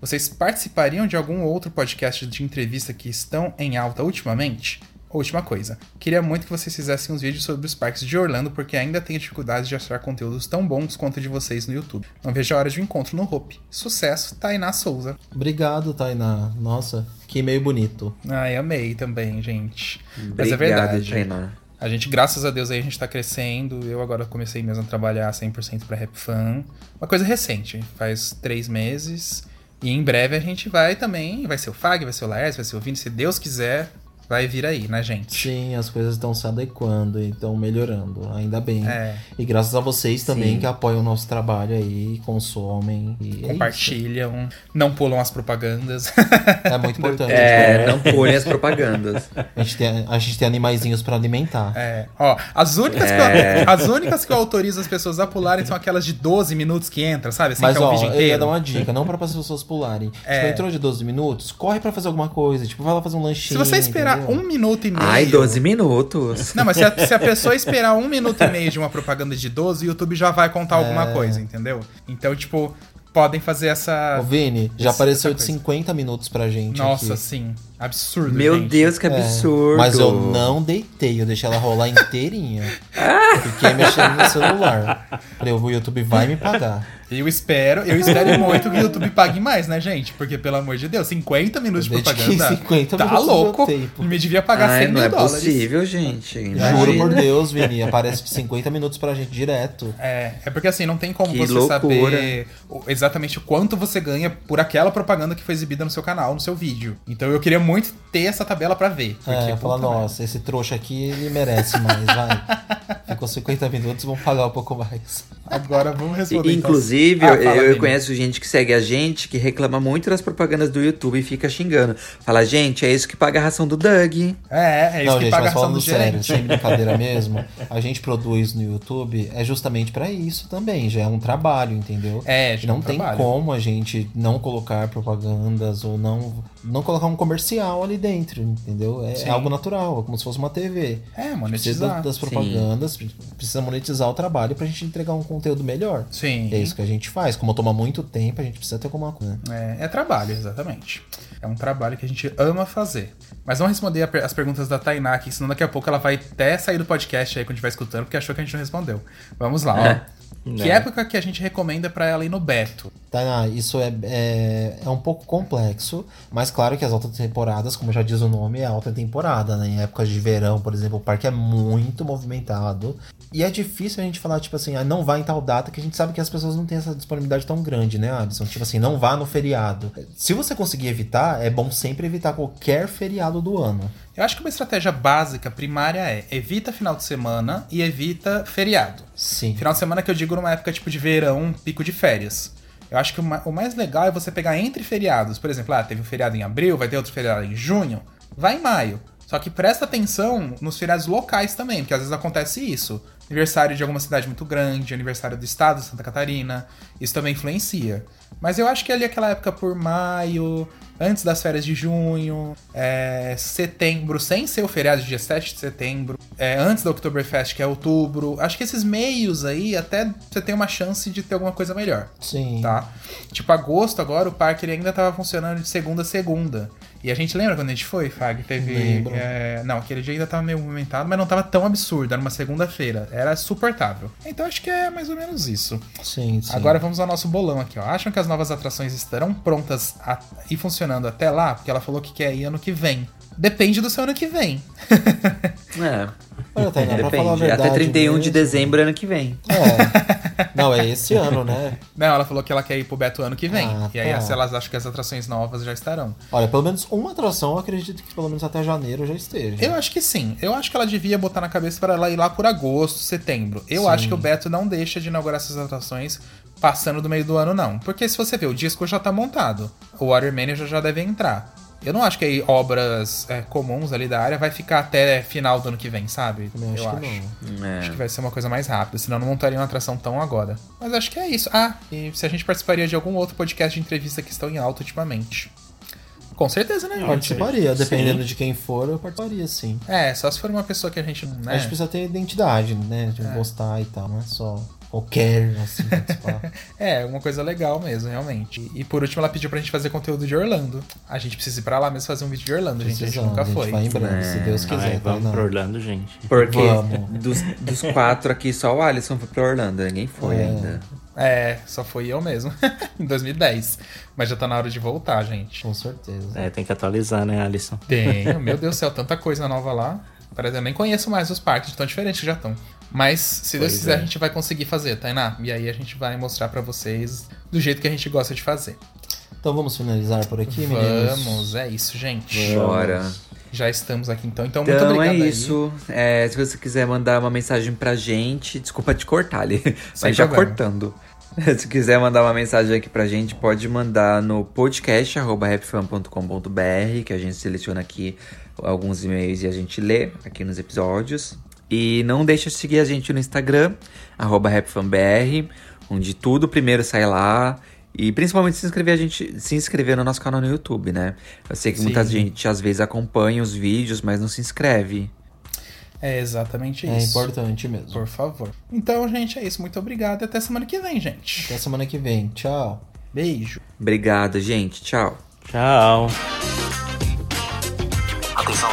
Vocês participariam de algum outro podcast de entrevista que estão em alta ultimamente? Última coisa, queria muito que vocês fizessem uns vídeos sobre os parques de Orlando, porque ainda tenho dificuldade de achar conteúdos tão bons quanto o de vocês no YouTube. Não vejo a hora de um encontro no Hope. Sucesso, Tainá Souza.
[LAUGHS] Obrigado, Tainá. Nossa, que e-mail bonito.
Ai, amei também, gente. Mas é
Obrigado,
verdade.
Jenna.
A gente, graças a Deus, aí a gente tá crescendo. Eu agora comecei mesmo a trabalhar 100% pra Rap Fan. Uma coisa recente, faz três meses. E em breve a gente vai também. Vai ser o Fag, vai ser o Laércio, vai ser o Vini. Se Deus quiser, vai vir aí, né, gente?
Sim, as coisas estão se adequando e estão melhorando, ainda bem.
É.
E graças a vocês também
Sim.
que apoiam o nosso trabalho aí, consomem e é isso.
Compartilham, não pulam as propagandas. [LAUGHS]
É muito importante. né? Tipo
É, não pulem
[LAUGHS]
as propagandas.
A, gente tem, a gente tem animaizinhos pra alimentar.
É, ó, as únicas,
É.
que eu, as únicas que eu autorizo as pessoas a pularem são aquelas de 12 minutos que entra, sabe? Assim,
Mas
que é o
ó,
vídeo
eu ia dar
inteiro.
uma dica, não pra as pessoas pularem.
É.
Tipo, entrou de 12 minutos, corre pra fazer alguma coisa. Tipo, vai lá fazer um
Se
lanchinho.
você esperar
entendeu?
um minuto e meio.
Ai, 12 minutos.
Não, mas se a, se a pessoa esperar um minuto e meio de uma propaganda de 12, o YouTube já vai contar
É.
alguma coisa, entendeu? Então, tipo, podem fazer essa.
Ô, Vini, já
Essa-
apareceu
essa
de
coisa.
50 minutos pra gente.
Nossa,
aqui.
sim. Absurdo.
Meu
gente.
Deus, que absurdo.
É. Mas eu não deitei, eu deixei ela rolar inteirinha. Fiquei mexendo no celular. Falei, o YouTube vai me pagar. [LAUGHS]
Eu espero, eu espero muito que o YouTube pague mais, né, gente? Porque, pelo amor de Deus, 50 minutos de
Eu dediquei
propaganda.
50
tá
minutos do meu
louco.
tempo.
Me devia pagar
Ai,
100 mil
não é
dólares.
possível, gente. Imagina.
Juro por Deus, Vini, aparece [LAUGHS] de 50 minutos pra gente direto.
É, é porque assim, não tem como
Que
você
loucura.
saber o- exatamente o quanto você ganha por aquela propaganda que foi exibida no seu canal, no seu vídeo. Então eu queria muito ter essa tabela pra ver. Porque,
É, fala,
puta merda.
nossa, esse trouxa aqui, ele merece mais, vai. [LAUGHS] Ficou 50 minutos, vamos pagar um pouco mais.
Agora vamos
E,
responder. então.
Inclusive,
Ah,
eu,
fala,
eu
Vini.
conheço gente que segue a gente que reclama muito das propagandas do YouTube e fica xingando. Fala, gente, é isso que paga a ração do Doug.
É, é isso
Não,
que
gente,
paga a
mas
ação
falando
do
sério,
gerente.
sem brincadeira mesmo, a gente produz no YouTube é justamente pra isso também, já é um trabalho, entendeu?
É, já é um
Não tem
trabalho.
como a gente não colocar propagandas ou não não colocar um comercial ali dentro, entendeu? É
Sim.
algo natural, é como se fosse uma TV. Precisa
É,
da-
monetizar.
das propagandas, precisa monetizar o trabalho pra gente entregar um conteúdo melhor.
Sim.
É isso que a gente faz. Como toma muito tempo, a gente precisa ter alguma coisa.
É, é trabalho, exatamente. É um trabalho que a gente ama fazer. Mas vamos responder a per- as perguntas da Tainá aqui, senão daqui a pouco ela vai até sair do podcast aí quando estiver escutando, porque achou que a gente não respondeu. Vamos lá, ó.
É.
Ah.
[LAUGHS]
Que
Né?
época que a gente recomenda pra ela ir no Beto?
Tá, isso é, é, é um pouco complexo, mas claro que as altas temporadas, como já diz o nome, é alta temporada, né? Em épocas de verão, por exemplo, o parque é muito movimentado. E é difícil a gente falar, tipo assim, ah, não vá em tal data, que a gente sabe que as pessoas não têm essa disponibilidade tão grande, né, Alisson? Tipo assim, não vá no feriado. Se você conseguir evitar, é bom sempre evitar qualquer feriado do ano.
Eu acho que uma estratégia básica, primária, é evita final de semana e evita feriado.
Sim.
Final de semana que eu digo numa época tipo de verão, pico de férias. Eu acho que o ma- o mais legal é você pegar entre feriados. Por exemplo, ah, teve um feriado em abril, vai ter outro feriado em junho. Vai em maio. Só que presta atenção nos feriados locais também, porque às vezes acontece isso. Aniversário de alguma cidade muito grande, aniversário do estado de Santa Catarina. Isso também influencia. Mas eu acho que ali aquela época por maio, antes das férias de junho, é, setembro, sem ser o feriado de dia 7 de setembro, é, antes da Oktoberfest, que é outubro. Acho que esses meios aí até você tem uma chance de ter alguma coisa melhor,
Sim.
tá? Tipo, agosto agora, o parque ele ainda tava funcionando de segunda a segunda. E a gente lembra quando a gente foi, Fag? Teve.
Lembro.
é, não, aquele dia ainda tava meio movimentado, mas não tava tão absurdo. Era uma segunda-feira. Era suportável. Então acho que é mais ou menos isso.
Sim, sim.
Agora vamos ao nosso bolão aqui, ó. Acham que as novas atrações estarão prontas a- e funcionando até lá? Porque ela falou que quer ir ano que vem. Depende do seu ano que vem. [LAUGHS]
É,
Olha, Tainá, pra falar a
depende. Até
verdade
31 de
mesmo-
dezembro ano que vem.
É. Não, é esse ano, né?
Não, ela falou que ela quer ir pro Beto ano que vem.
Ah,
e aí
tá.
se elas acham que as atrações novas já estarão.
Olha, pelo menos uma atração, eu acredito que pelo menos até janeiro já esteja.
Eu acho que sim. Eu acho que ela devia botar na cabeça para ela ir lá por agosto, setembro. Eu acho que o Beto não deixa de inaugurar essas atrações passando do meio do ano, não. Porque se você vê, o disco já tá montado. O Water Manager já deve entrar. Eu não acho que aí obras é, comuns ali da área vai ficar até final do ano que vem, sabe?
Também acho que não.
Acho que
É.
vai ser uma coisa mais rápida, senão não montariam uma atração tão agora. Mas acho que é isso. Ah, e se a gente participaria de algum outro podcast de entrevista que estão em alta ultimamente. Com certeza, né, gente?
Participaria, dependendo de quem for, eu participaria sim.
É, só se for uma pessoa que a gente. Né?
A gente precisa ter identidade, né? De gostar e tal, não é só. qualquer assim, [LAUGHS] tantas palavras.
É, uma coisa legal mesmo, realmente. E, e por último, ela pediu pra gente fazer conteúdo de Orlando. A gente precisa ir pra lá mesmo fazer um vídeo de Orlando, gente. A gente
Precisamos,
nunca foi.
vai em breve, se Deus quiser.
Ai,
tá?
vamos
Não.
pro Orlando, gente.
Porque
Vamos.
dos, dos quatro aqui, só o Alisson foi pra Orlando, ninguém foi
É.
ainda.
É, só fui eu mesmo. [LAUGHS] em 2010. Mas já tá na hora de voltar, gente.
Com certeza.
É, tem que atualizar, né, Alisson?
Tenho, meu Deus do céu, tanta coisa nova lá. Parece que eu nem conheço mais os parques, de tão diferentes que já estão. Mas, se Deus
Pois
quiser,
é.
a gente vai conseguir fazer, Tainá. E aí a gente vai mostrar pra vocês do jeito que a gente gosta de fazer.
Então vamos finalizar por aqui, meninos.
Vamos, é isso, gente.
Chora.
Já estamos aqui então. Então, muito
Então é
obrigado. aí.
isso. É, se você quiser mandar uma mensagem pra gente, desculpa te cortar ali,
Sem
[LAUGHS] mas já
problema.
cortando. [LAUGHS] Se quiser mandar uma mensagem aqui pra gente, pode mandar no podcast.rapfan.com.br, que a gente seleciona aqui alguns e-mails e a gente lê aqui nos episódios. E não deixa de seguir a gente no Instagram, arroba rapfanbr, onde tudo primeiro sai lá. E principalmente se inscrever, a gente, se inscrever no nosso canal no YouTube, né? Eu sei que muita
Sim.
gente às vezes acompanha os vídeos, mas não se inscreve.
É exatamente
É
isso.
importante mesmo.
Por favor. Então, gente, é isso. Muito obrigado e até semana que vem, gente.
Até semana que vem. Tchau.
Beijo.
Obrigado, gente. Tchau.
Tchau.
Atenção,